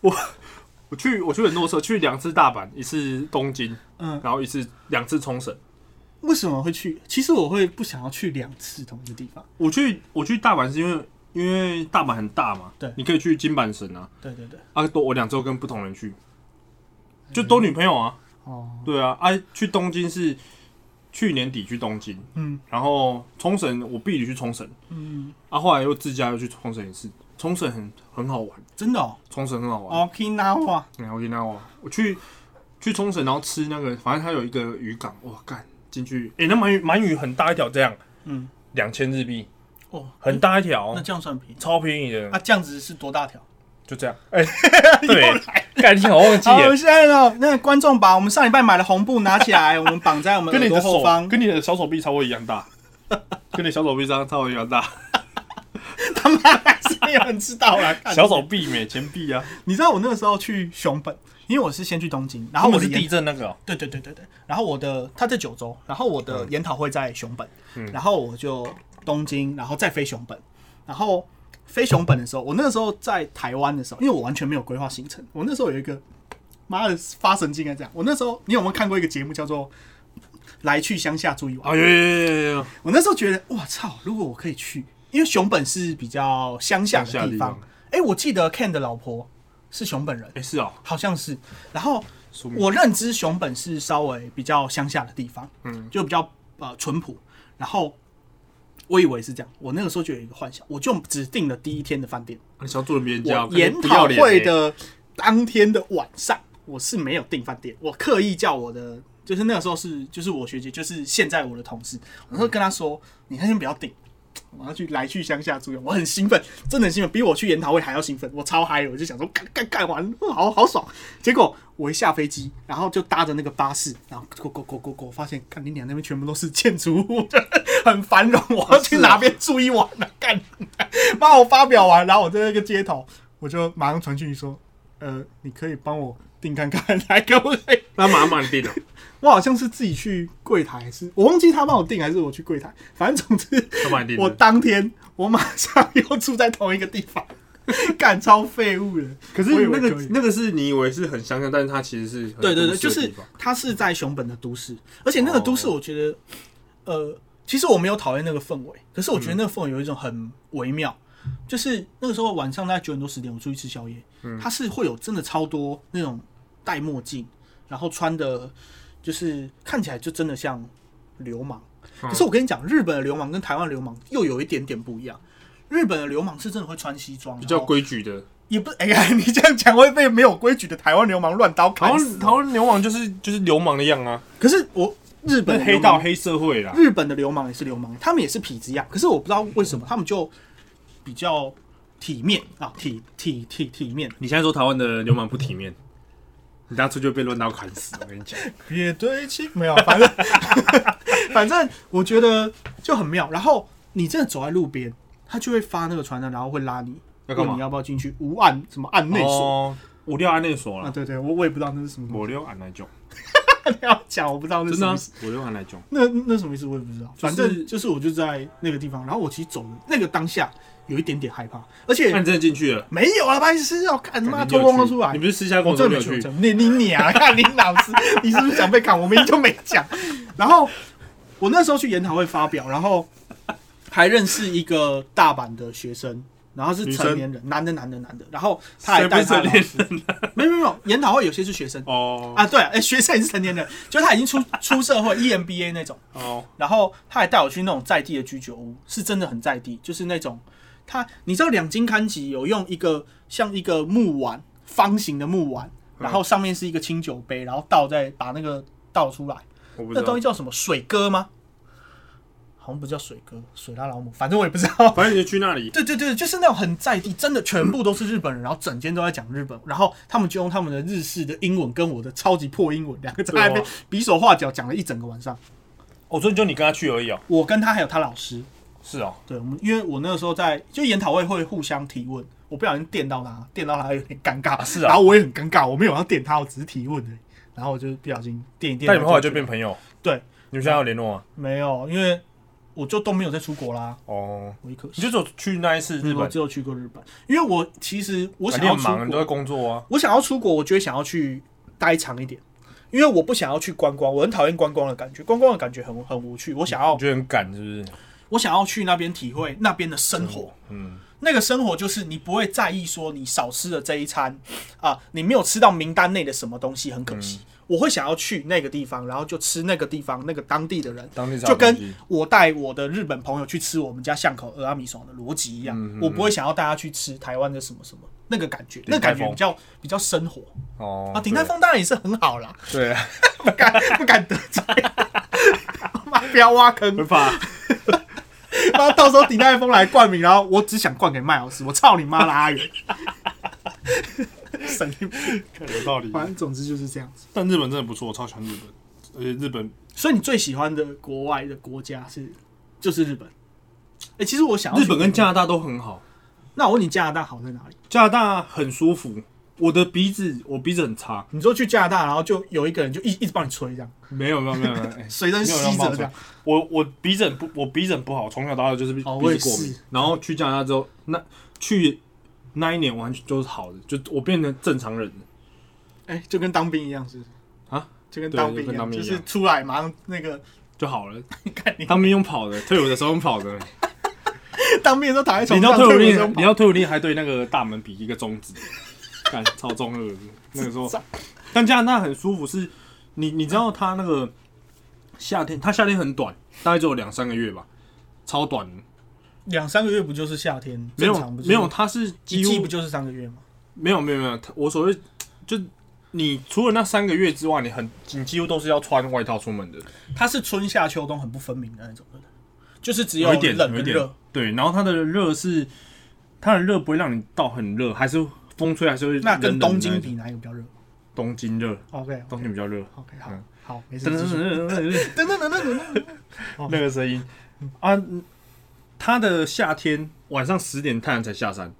Speaker 1: 我去我去很多次，去两次大阪，一次东京，
Speaker 2: 嗯，
Speaker 1: 然后一次两次冲绳。
Speaker 2: 为什么会去？其实我会不想要去两次同一个地方。
Speaker 1: 我去我去大阪是因为因为大阪很大嘛，
Speaker 2: 对
Speaker 1: 你可以去金板神啊，
Speaker 2: 对对对，
Speaker 1: 啊都我两周跟不同人去，就都女朋友啊，
Speaker 2: 嗯哦，
Speaker 1: 对啊啊去东京是去年底去东京，
Speaker 2: 嗯
Speaker 1: 然后冲绳我必须去冲绳，
Speaker 2: 嗯，
Speaker 1: 啊后来又自驾又去冲绳一次，冲绳很很好玩，
Speaker 2: 真的哦
Speaker 1: 冲绳很好玩。
Speaker 2: ，Okinawa，
Speaker 1: 然后那我我去去冲绳，然后吃那个，反正它有一个渔港，哇干进去，诶、那鳗鱼鳗鱼很大一条，这样
Speaker 2: 嗯，
Speaker 1: 两千日币，
Speaker 2: 哦，
Speaker 1: 很大一条
Speaker 2: 那，这样算便宜。
Speaker 1: 超便宜的，
Speaker 2: 啊，这样子是多大条？
Speaker 1: 就这样，哎、对，干你好忘记
Speaker 2: 好，我
Speaker 1: 了
Speaker 2: 们，现在呢，那个观众把我们上礼拜买的红布拿起来，我们绑在我 们
Speaker 1: 跟
Speaker 2: 耳
Speaker 1: 你
Speaker 2: 朵
Speaker 1: 的
Speaker 2: 后
Speaker 1: 手
Speaker 2: 方。
Speaker 1: 跟你的小手臂差不多一样大，跟你小手臂差差不多一样大，
Speaker 2: 他妈还是 没有人知道啦。干
Speaker 1: 小手臂美前臂啊，
Speaker 2: 你知道我那个时候去熊本，因为我是先去东京，然
Speaker 1: 他
Speaker 2: 后
Speaker 1: 们
Speaker 2: 我的
Speaker 1: 是
Speaker 2: 研
Speaker 1: 地震那个哦、
Speaker 2: 对对对对对。然后我的他在九州，然后我的研讨会在熊本，然后我就东京，然后再飞熊本，然后飞熊本的时候，我那个时候在台湾的时候，因为我完全没有规划行程，我那时候有一个妈的发神经啊这样。我那时候你有没有看过一个节目叫做《来去乡下住一晚》？
Speaker 1: 啊有有有有有，
Speaker 2: 我那时候觉得，哇操！如果我可以去，因为熊本是比较乡下的
Speaker 1: 乡下
Speaker 2: 地
Speaker 1: 地
Speaker 2: 方
Speaker 1: 方。
Speaker 2: 哎、我记得 Ken 的老婆是熊本人，
Speaker 1: 哎、是哦、
Speaker 2: 好像是。然后
Speaker 1: 说明
Speaker 2: 我认知熊本是稍微比较乡下的地方，嗯，就比较呃淳朴。然后我以为是这样，我那个时候就有一个幻想，我就只订了第一天的饭店。
Speaker 1: 你想住人别人家，
Speaker 2: 我
Speaker 1: 感觉
Speaker 2: 研
Speaker 1: 不要
Speaker 2: 讨
Speaker 1: 脸
Speaker 2: 会
Speaker 1: 欸，
Speaker 2: 的当天的晚上，我是没有订饭店，我刻意叫我的，就是那个时候是就是我学姐，就是现在我的同事，我会跟她说，
Speaker 1: 嗯
Speaker 2: 你先不要订。我要去来去乡下住院，我很兴奋，真的很兴奋，比我去研讨会还要兴奋，我超嗨的，我就想说干干干完，哇好好爽。结果我一下飞机，然后就搭着那个巴士，然后过过过过过，发现看你俩那边全部都是建筑物，很繁荣，我要去哪边住一晚呢、啊？干，帮我发表完，然后我在那个街头，我就马上传讯息说，呃，你可以帮我订看看，来给我来
Speaker 1: 那麻烦定了，
Speaker 2: 我好像是自己去柜台，还是我忘记他帮我订，还是我去柜台。反正总之
Speaker 1: 他帮你订，的
Speaker 2: 我当天我马上 又住在同一个地方，赶超废物了。
Speaker 1: 可
Speaker 2: 我
Speaker 1: 是
Speaker 2: 以为
Speaker 1: 那个
Speaker 2: 可以
Speaker 1: 那个是你以为是很乡下，但是它其实是很
Speaker 2: 对对对，
Speaker 1: 都
Speaker 2: 就
Speaker 1: 市的
Speaker 2: 是
Speaker 1: 地方
Speaker 2: 它是在熊本的都市，而且那个都市，
Speaker 1: 哦
Speaker 2: 我觉
Speaker 1: 嗯
Speaker 2: 得，呃，其实我没有讨厌那个氛围，可是我觉得那个氛围有一种很微妙，就是那个时候晚上大概九点多十点，我出去吃宵夜，
Speaker 1: 嗯
Speaker 2: 它是会有真的超多那种戴墨镜，然后穿的，就是看起来就真的像流氓。
Speaker 1: 嗯
Speaker 2: 可是我跟你讲，日本的流氓跟台湾流氓又有一点点不一样。日本的流氓是真的会穿西装，
Speaker 1: 比较
Speaker 2: 然后
Speaker 1: 规矩的。
Speaker 2: 也不 哎呀，你这样讲会被没有规矩的台湾流氓乱刀
Speaker 1: 台
Speaker 2: 砍死
Speaker 1: 湾台湾流氓就是就是流氓的样啊，
Speaker 2: 可是我日本
Speaker 1: 那
Speaker 2: 的
Speaker 1: 黑
Speaker 2: 流氓
Speaker 1: 道黑社会啦。
Speaker 2: 日本的流氓也是流氓，他们也是痞子样，可是我不知道为什么他们就比较体面啊，体体体体面。
Speaker 1: 你现在说台湾的流氓不体面，你当初就被乱刀砍死。我跟你 讲，
Speaker 2: 别对起，没有， 反正反正我觉得就很妙。然后你真的走在路边，他就会发那个传单，然后会拉你，
Speaker 1: 要干嘛
Speaker 2: 问你要不要进去无按什么按内锁、
Speaker 1: 哦，五六按内锁
Speaker 2: 啊？
Speaker 1: 了，
Speaker 2: 对对，我我也不知道那是什么，
Speaker 1: 五六按来种，
Speaker 2: 我要讲我不知道那是
Speaker 1: 真
Speaker 2: 什
Speaker 1: 的
Speaker 2: 么
Speaker 1: 啊
Speaker 2: 意思。，
Speaker 1: 五六按来种。
Speaker 2: 那那什么意思我也不知道，
Speaker 1: 就
Speaker 2: 反
Speaker 1: 是
Speaker 2: 正就是我就在那个地方，然后我其实走的那个当下有一点点害怕，而且
Speaker 1: 哎那你真的进去了？
Speaker 2: 没有啊，白痴哦，看他妈
Speaker 1: 你
Speaker 2: 偷
Speaker 1: 有
Speaker 2: 光光
Speaker 1: 去
Speaker 2: 出来
Speaker 1: 你，不是私下跟
Speaker 2: 我
Speaker 1: 我说
Speaker 2: 真
Speaker 1: 没
Speaker 2: 的
Speaker 1: 有
Speaker 2: 没去
Speaker 1: 去？，
Speaker 2: 你你你啊， 看林老师，你是不是想被砍？我明明就没讲。 然后我那时候去研讨会发表，然后还认识一个大阪的学生，然后是
Speaker 1: 女生
Speaker 2: 成年人，男的男的男的，然后他还
Speaker 1: 谁不
Speaker 2: 带
Speaker 1: 是
Speaker 2: 他
Speaker 1: 成
Speaker 2: 老
Speaker 1: 年
Speaker 2: 师，
Speaker 1: 人啊
Speaker 2: 没有没有没有，研讨会有些是学生
Speaker 1: 哦
Speaker 2: 啊，对啊，哎、学生也是成年人，就是他已 经出出社会，E EMBA 那种。
Speaker 1: 哦，
Speaker 2: 然后他还带我去那种在地的居酒屋，是真的很在地，就是那种他，你知道两金刊集有用一个像一个木碗方形的木碗，
Speaker 1: 嗯
Speaker 2: 然后上面是一个清酒杯，然后倒再把那个倒出来，
Speaker 1: 我不
Speaker 2: 那
Speaker 1: 知道
Speaker 2: 东西，叫什么水哥吗？好像不叫水哥，水拉老母，反正我也不知道。
Speaker 1: 反正你就去那里。
Speaker 2: 对对对，就是那种很在地，真的全部都是日本人，然后整间都在讲日本，然后他们就用他们的日式的英文跟我的超级破英文，两个在那边
Speaker 1: 哇
Speaker 2: 比手画脚讲了一整个晚上。
Speaker 1: 哦，所以就你跟他去而已哦。
Speaker 2: 我跟他还有他老师，
Speaker 1: 是哦，
Speaker 2: 对，我们因为我那个时候在就研讨会会互相提问，我不小心电到他，电到他有点尴尬，
Speaker 1: 是啊
Speaker 2: 然后我也很尴尬，我没有要电他，我只是提问而已，然后我就不小心电一电。
Speaker 1: 但你们后来啊就变朋友？
Speaker 2: 对，
Speaker 1: 你们现在还有联络吗？
Speaker 2: 没有，因为我就都没有再出国啦，
Speaker 1: 哦，
Speaker 2: 我一颗
Speaker 1: 你就只有去那一次日
Speaker 2: 我
Speaker 1: 本，
Speaker 2: 只有去过日本，因为我其实我
Speaker 1: 啊
Speaker 2: 想
Speaker 1: 你
Speaker 2: 要
Speaker 1: 很
Speaker 2: 出
Speaker 1: 忙，你都
Speaker 2: 国，
Speaker 1: 在工作啊。
Speaker 2: 我想要出国，我就会想要去待长一点，因为我不想要去观光，我很讨厌观光的感觉，观光的感觉很很无趣，我想要
Speaker 1: 我觉得很赶，是不是？
Speaker 2: 我想要去那边体会那边的生活。
Speaker 1: 嗯，
Speaker 2: 那个生活就是你不会在意说你少吃了这一餐啊，你没有吃到名单内的什么东西，很可惜。我会想要去那个地方，然后就吃那个地方那个当地的人，
Speaker 1: 当地找
Speaker 2: 就跟
Speaker 1: 东西
Speaker 2: 我带我的日本朋友去吃我们家巷口俄阿米爽的逻辑一
Speaker 1: 嗯
Speaker 2: 样，我不会想要带他去吃台湾的什么什么那个感觉，那
Speaker 1: 鼎泰丰
Speaker 2: 个感觉比较比较生活
Speaker 1: 哦
Speaker 2: 啊。鼎泰丰当然也是很好啦，
Speaker 1: 对，对啊，
Speaker 2: 不敢不敢得罪， 妈不要挖坑，
Speaker 1: 没法。
Speaker 2: 妈，到时候鼎泰丰来冠名，然后我只想冠给麦老师，我操你妈的阿元， 神经病！
Speaker 1: 有道理
Speaker 2: 反正总之就是这样子。
Speaker 1: 但日本真的不错，我超喜欢日本，而且日本
Speaker 2: 所以你最喜欢的国外的国家是就是日本？哎、其实我想要去
Speaker 1: 日本跟加拿大都很好。
Speaker 2: 那我问你加拿大好在哪里？
Speaker 1: 加拿大很舒服，我的鼻子我鼻子很差，
Speaker 2: 你说去加拿大，然后就有一个人就一一直帮你吹这样，
Speaker 1: 没有没有没有没有， 哎
Speaker 2: 随身吸着这样。
Speaker 1: 我我鼻子很不我鼻子很不好，从小到大就是鼻子
Speaker 2: 哦我也
Speaker 1: 过敏
Speaker 2: 是。
Speaker 1: 然后去加拿大之后，那去那一年完全就是好的，就我变成正常人了。
Speaker 2: 哎、就跟当兵一样是不是
Speaker 1: 啊，
Speaker 2: 就跟
Speaker 1: 对
Speaker 2: 当兵
Speaker 1: 就
Speaker 2: 一
Speaker 1: 跟
Speaker 2: 样，
Speaker 1: 当兵
Speaker 2: 就
Speaker 1: 一样
Speaker 2: 是出来马上那个，
Speaker 1: 就好了，
Speaker 2: 你看你
Speaker 1: 当兵用跑的，退伍的时候用跑 的。
Speaker 2: 当兵的时候躺在
Speaker 1: 你
Speaker 2: 床上，
Speaker 1: 到退伍
Speaker 2: 的时
Speaker 1: 令，
Speaker 2: 候
Speaker 1: 你要退伍令还对那个大门比一个中指，干超中二的。那个时 候，但加拿大很舒服，是你你知道它那个夏天，它夏天很短，大概只有两三个月吧，超短的，
Speaker 2: 两三个月不就是夏天？
Speaker 1: 没有
Speaker 2: 正常不是
Speaker 1: 没有，它是
Speaker 2: 一
Speaker 1: 几
Speaker 2: 季不
Speaker 1: 乎
Speaker 2: 就是三个月吗？
Speaker 1: 没有没有没有，它我所谓就你除了那三个月之外，你很你几乎都是要穿外套出门的，
Speaker 2: 它是春夏秋冬很不分明的那种，对不对就是只
Speaker 1: 一点
Speaker 2: 冷
Speaker 1: 有
Speaker 2: 跟
Speaker 1: 一点
Speaker 2: 热。
Speaker 1: 对，然后它的热是它的热不会让你到很热，还是风吹还是会
Speaker 2: 那
Speaker 1: 冷
Speaker 2: 跟
Speaker 1: 冷
Speaker 2: 东
Speaker 1: 的
Speaker 2: 京
Speaker 1: 一
Speaker 2: 比，哪一个比较热
Speaker 1: 种，东京热，
Speaker 2: ？OK
Speaker 1: 东京比较热。
Speaker 2: OK 好
Speaker 1: 嗯
Speaker 2: 好没事。
Speaker 1: 噔
Speaker 2: 继续
Speaker 1: 噔噔噔噔
Speaker 2: 等等等等等等，
Speaker 1: 那个声音
Speaker 2: 嗯
Speaker 1: 啊，它的夏天晚上十点太阳才下山，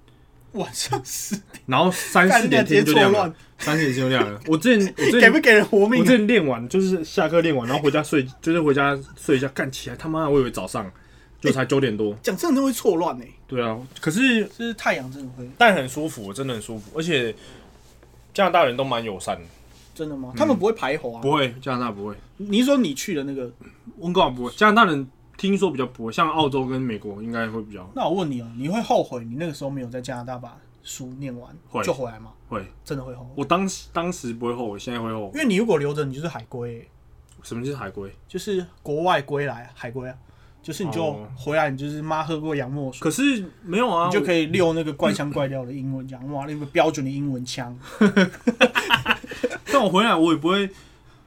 Speaker 2: 晚上十
Speaker 1: 然后三
Speaker 2: 干
Speaker 1: 四点
Speaker 2: 直接
Speaker 1: 天就亮
Speaker 2: 错
Speaker 1: 了
Speaker 2: 乱，
Speaker 1: 三四点天就亮了。我之 前我之
Speaker 2: 给
Speaker 1: 前
Speaker 2: 不给人活命
Speaker 1: 我
Speaker 2: 啊？
Speaker 1: 之前练完就是下课练完，然后回家睡，就是回家睡一下，干起来他妈的我以为早上就才九点多，
Speaker 2: 讲真的会错乱呢，
Speaker 1: 对啊，可是
Speaker 2: 就是太阳真的会
Speaker 1: 但很舒服，真的很舒服，而且加拿大人都蛮友善的，
Speaker 2: 真
Speaker 1: 嗯
Speaker 2: 的吗？他们不会排火啊？
Speaker 1: 不会加拿大不会，
Speaker 2: 你是说你去的那个
Speaker 1: 温哥华不会，加拿大人听说比较不会，像澳洲跟美国应该会比较
Speaker 2: 那我问你哦，你会后悔你那个时候没有在加拿大把书念完
Speaker 1: 会
Speaker 2: 就回来吗？
Speaker 1: 会。
Speaker 2: 真的会后悔，
Speaker 1: 我当时当时不会后悔，现在会后悔。
Speaker 2: 因为你如果留着，你就是海归、欸
Speaker 1: 什么是海龟？
Speaker 2: 就是国外归来海归啊，就是你就
Speaker 1: 哦
Speaker 2: 回来，你就是妈喝过洋墨水。
Speaker 1: 可是没有啊，
Speaker 2: 你就可以溜那个怪腔怪调的英文讲，哇，那个标准的英文腔，
Speaker 1: 嗯我但我回来我也不会，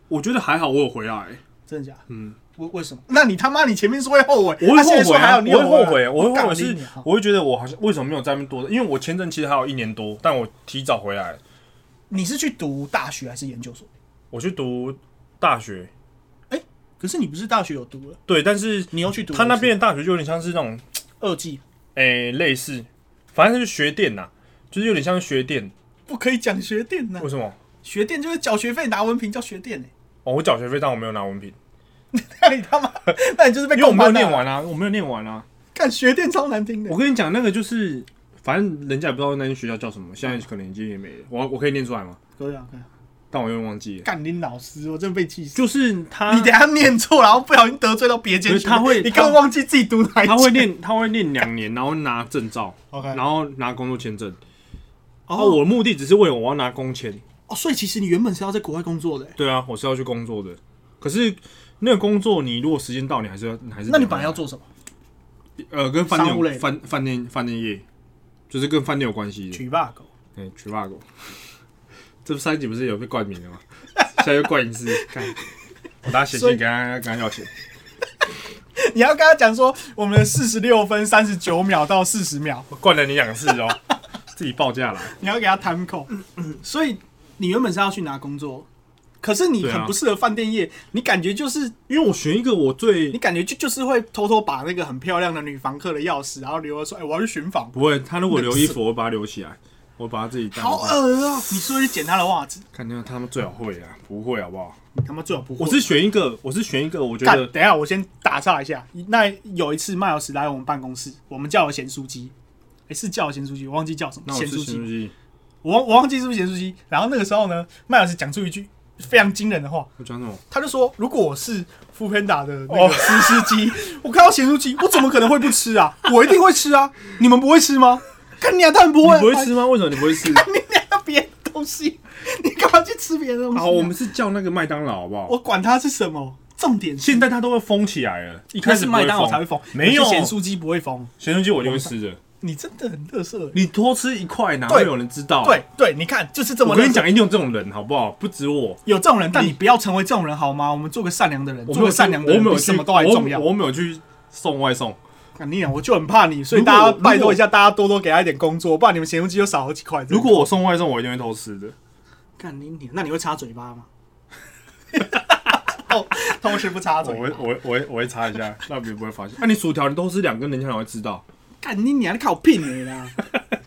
Speaker 1: 我觉得还好，我有回 来。
Speaker 2: 真的假的？
Speaker 1: 嗯，
Speaker 2: 为为什么？那你他妈你前面是会后悔，
Speaker 1: 我会
Speaker 2: 啊现在
Speaker 1: 后
Speaker 2: 说
Speaker 1: 悔、
Speaker 2: 还
Speaker 1: 啊，
Speaker 2: 有你有
Speaker 1: 我会后
Speaker 2: 回
Speaker 1: 悔，
Speaker 2: 来
Speaker 1: 我会后悔
Speaker 2: 干
Speaker 1: 是
Speaker 2: 你啊娘，
Speaker 1: 我会觉得我好像为什么没有在那边多？因为我签证其实还有一年多，但我提早回来，
Speaker 2: 你是去读大学还是研究所？
Speaker 1: 我去读大学。
Speaker 2: 可是你不是大学有读了，
Speaker 1: 对，但是
Speaker 2: 你又去读了
Speaker 1: 他那边的大学就有点像是那种，
Speaker 2: 二技，
Speaker 1: 诶、类似，反正就是学店呐、就是有点像学店。
Speaker 2: 不可以讲学店呐、
Speaker 1: 为什么？
Speaker 2: 学店就是缴学费拿文凭叫学 店呢、
Speaker 1: 哦，我缴学费，但我没有拿文凭，
Speaker 2: 那你他妈，那你就是被
Speaker 1: 因为我没有
Speaker 2: 共犯啊
Speaker 1: 念，完啊，我没有念完啊。
Speaker 2: 看学店超难听的
Speaker 1: 我。跟你讲，那个就是，反正人家也不知道那间学校叫什么，现在可能已经也没了。我我可以念出来吗？
Speaker 2: 可以啊，可以啊，
Speaker 1: 但我有点忘记了。
Speaker 2: 干你老师，我真被气死。
Speaker 1: 就是他，
Speaker 2: 你等一下念错，然后不小心得罪到别间
Speaker 1: 不
Speaker 2: 学
Speaker 1: 是
Speaker 2: 校，
Speaker 1: 他会
Speaker 2: 你根本忘记自己读哪一间。
Speaker 1: 他会念，他会念两年，然后拿证照
Speaker 2: OK
Speaker 1: 然后拿工作签证。然后
Speaker 2: 哦
Speaker 1: 我的目的只是为了我要拿工签。
Speaker 2: 哦，所以其实你原本是要在国外工作的欸，
Speaker 1: 对啊，我是要去工作的。可是那个工作，你如果时间到，你还是要，你还是
Speaker 2: 那你本来要做什么？
Speaker 1: 呃，跟饭店
Speaker 2: 商务类
Speaker 1: 有
Speaker 2: 的
Speaker 1: 饭饭店饭店业，就是跟饭店有关系的。
Speaker 2: 取 bug。
Speaker 1: 哎，取 bug，这三集不是有被冠名的吗？现在又冠一次，看我打写
Speaker 2: 所以
Speaker 1: 信给他，跟他要钱。
Speaker 2: 你要跟他讲说，我们的四十六分三十九秒到四十秒，
Speaker 1: 我灌了你两次哦， 自己报价了。
Speaker 2: 你要给他 time call。所嗯以你原本是要去拿工作，可是你
Speaker 1: 对啊
Speaker 2: 很不适合饭店业，你感觉就是
Speaker 1: 因为我选一个我最
Speaker 2: 你感觉就就是会偷偷把那个很漂亮的女房客的钥匙，然后留了说，哎、我要去寻访，
Speaker 1: 不会，他如果留衣服，我会把它留起来，我会把它自己带回
Speaker 2: 好
Speaker 1: 家。
Speaker 2: 恶啊、你是不是去捡她的袜子？
Speaker 1: 看见他们最好会啊，不会好不好？
Speaker 2: 你他妈最好不会。
Speaker 1: 我是选一个，我是选一个，我觉
Speaker 2: 干，
Speaker 1: 得
Speaker 2: 等一下我先打岔一下。那有一次麦老师来我们办公室，我们叫了咸酥鸡，哎、是叫了咸酥鸡，我忘记叫什么
Speaker 1: 那我
Speaker 2: 咸
Speaker 1: 是咸
Speaker 2: 酥鸡
Speaker 1: 酥，鸡，
Speaker 2: 我忘我忘记是不是咸酥鸡。然后那个时候呢，麦老师讲出一句非常惊人的话，
Speaker 1: 我讲什么？
Speaker 2: 他就说：“如果我是富潘达的
Speaker 1: 哦
Speaker 2: 那个吃司机， 我看到咸酥鸡，我怎么可能会不吃啊？我一定会吃啊！你们不会吃吗？看你啊，当然不
Speaker 1: 你
Speaker 2: 会，
Speaker 1: 不会吃吗？为什么你不会 吃？
Speaker 2: 哎，你俩别的东西，你干嘛去吃别的东西啊、
Speaker 1: 好，我们是叫那个麦当劳好不好？
Speaker 2: 我管它是什么，重点是
Speaker 1: 现在它都会封起来了，一
Speaker 2: 一
Speaker 1: 开
Speaker 2: 开始
Speaker 1: 始不会
Speaker 2: 麦当劳才会封，
Speaker 1: 没有
Speaker 2: 有些咸酥鸡不会封。
Speaker 1: 咸酥鸡我就会吃的。
Speaker 2: 你真的很特色、
Speaker 1: 你多吃一块，哪会
Speaker 2: 对
Speaker 1: 有人知道？
Speaker 2: 对，对，你看就是这么。
Speaker 1: 哦我跟你，讲，一定有这种人，好不好？不止我，
Speaker 2: 有这种人，但你不要成为这种人好吗？我们做个善良的人，
Speaker 1: 我
Speaker 2: 做
Speaker 1: 没有
Speaker 2: 个
Speaker 1: 去
Speaker 2: 善良的
Speaker 1: 我
Speaker 2: 人
Speaker 1: 没有
Speaker 2: 比
Speaker 1: 去
Speaker 2: 什么都还重要
Speaker 1: 我。我没有去送外送。
Speaker 2: 干你啊，我就很怕你，所以
Speaker 1: 如果
Speaker 2: 大家
Speaker 1: 如果
Speaker 2: 拜托一下，大家多多给他一点工作，不然你们咸酥鸡就少好几块。真的
Speaker 1: 如果我送外送，我一定会偷吃的。
Speaker 2: 干你你，那你会插嘴 巴吗？偷偷吃不插
Speaker 1: 我
Speaker 2: 嘴
Speaker 1: 会，
Speaker 2: 巴，
Speaker 1: 我会，我会，我会查一 下，那别人不会发现。那、啊你薯条你偷吃两根，人家哪会知道？
Speaker 2: 干你娘，你靠屁你啦！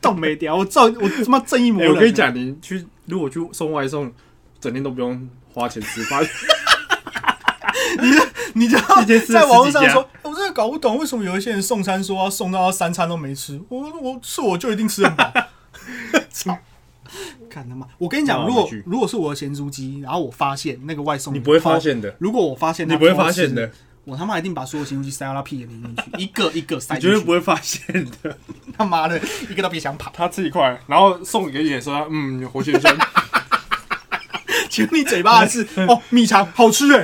Speaker 2: 动没掉，我照我他妈正义魔
Speaker 1: 哎、
Speaker 2: 人。
Speaker 1: 我跟你，讲，你去如果去送外送，整天都不用花钱 吃饭。
Speaker 2: 你知道
Speaker 1: 一天吃
Speaker 2: 在网络
Speaker 1: 十几
Speaker 2: 上
Speaker 1: 家
Speaker 2: 说，哎我真的搞不懂为什么有一些人送餐说要送到三餐都没吃，我我是我就一定吃 很饱。操！看他妈！我跟你
Speaker 1: 那
Speaker 2: 讲，
Speaker 1: 我
Speaker 2: 如果
Speaker 1: 回去
Speaker 2: 如果是我的咸猪鸡，然后我发现那个外送，
Speaker 1: 你不会发现的
Speaker 2: 如果我发现他
Speaker 1: 你不会
Speaker 2: 偷吃
Speaker 1: 发现的，
Speaker 2: 我他妈一定把所有咸猪鸡塞到他屁眼里面去，一个一个塞
Speaker 1: 你
Speaker 2: 进
Speaker 1: 绝
Speaker 2: 去。
Speaker 1: 对不会发现的。
Speaker 2: 他妈的，一个都别想 跑。
Speaker 1: 他吃一块，然后送给你的时候，他嗯，活先 生，
Speaker 2: 请问你嘴巴的是哦，米肠好吃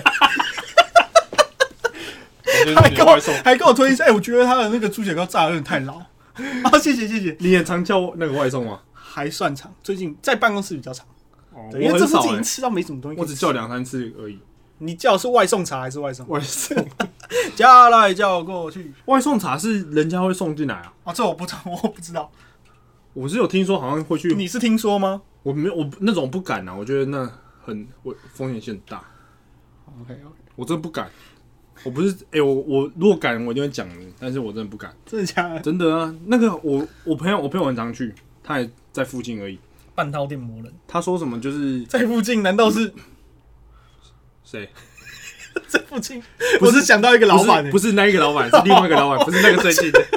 Speaker 2: 哎、还
Speaker 1: 还
Speaker 2: 跟我还跟我推荐，哎、我觉得他的那个猪血糕炸的有点太老。 啊，谢谢谢谢，
Speaker 1: 你也常叫那个外送吗？
Speaker 2: 还算长，最近在办公室比较长，
Speaker 1: 哦
Speaker 2: 对因
Speaker 1: 我
Speaker 2: 为这
Speaker 1: 很
Speaker 2: 附
Speaker 1: 少、
Speaker 2: 近已经
Speaker 1: 欸，
Speaker 2: 吃到没什么东西可
Speaker 1: 我
Speaker 2: 以吃。
Speaker 1: 只叫两三次而已。
Speaker 2: 你叫的是外送茶还是外送？
Speaker 1: 外送
Speaker 2: 加来叫过去
Speaker 1: 外送茶是人家会送进来啊，
Speaker 2: 啊，这我不知道， 我不知道，
Speaker 1: 我是有听说好像会去
Speaker 2: 你是听说吗
Speaker 1: 我没有，我不那种不敢啊，我觉得那很我风险性很大，
Speaker 2: ？OK OK，
Speaker 1: 我真的不敢。我不是，哎、我我如果敢，我一定会讲的，但是我真的不敢，
Speaker 2: 真的假的？
Speaker 1: 真的啊。那个我我朋友，我朋友很常去，他也在附近而已。
Speaker 2: 半套店魔人
Speaker 1: 他说什么就是
Speaker 2: 在附近，难道是
Speaker 1: 谁？
Speaker 2: 在附近？我是想到一个老板、欸，
Speaker 1: 不是不是那一个老板，是另外一个老 板，不是那个最近的。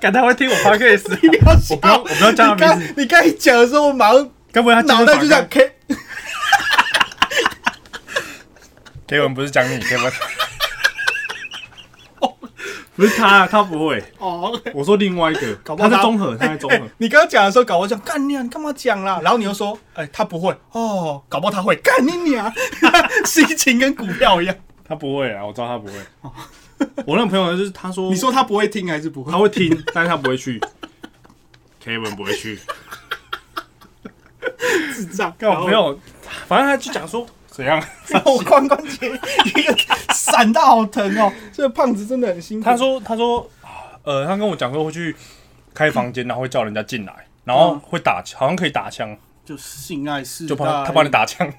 Speaker 1: 敢他会听我 podcast？
Speaker 2: 欸你不要笑，
Speaker 1: 我不要我不要叫他
Speaker 2: 你刚
Speaker 1: 名字
Speaker 2: 你刚一讲的时候，我马上
Speaker 1: 该不会他
Speaker 2: 脑袋就这样 K。
Speaker 1: K 文不是讲你 K 文？哦不是他，他不会。
Speaker 2: 哦，
Speaker 1: 我说另外一个，
Speaker 2: 搞不
Speaker 1: 他哎
Speaker 2: 好
Speaker 1: 在
Speaker 2: 他
Speaker 1: 综合，他在综合。
Speaker 2: 你刚刚讲的时候，搞我讲干你啊，你干嘛讲啦？然后你又说，哎、他不会哦，搞不好他 会干你娘， 心情跟股票一样。
Speaker 1: 他不会啊，我知道他不会。 我那个朋友就是他说，
Speaker 2: 你说他不会听还是不会
Speaker 1: 他？会听，但是他不会去。Kevin 不会去。
Speaker 2: 智障，
Speaker 1: 但我朋友，反正他就讲说怎样，
Speaker 2: 然后我髋关节一个闪到好疼 哦，这胖子真的很辛苦。
Speaker 1: 他说他说呃，他跟我讲说会去开房间，然后会叫人家进来，然后会打，好像可以打枪，
Speaker 2: 就性爱是
Speaker 1: 就帮他帮你。打枪。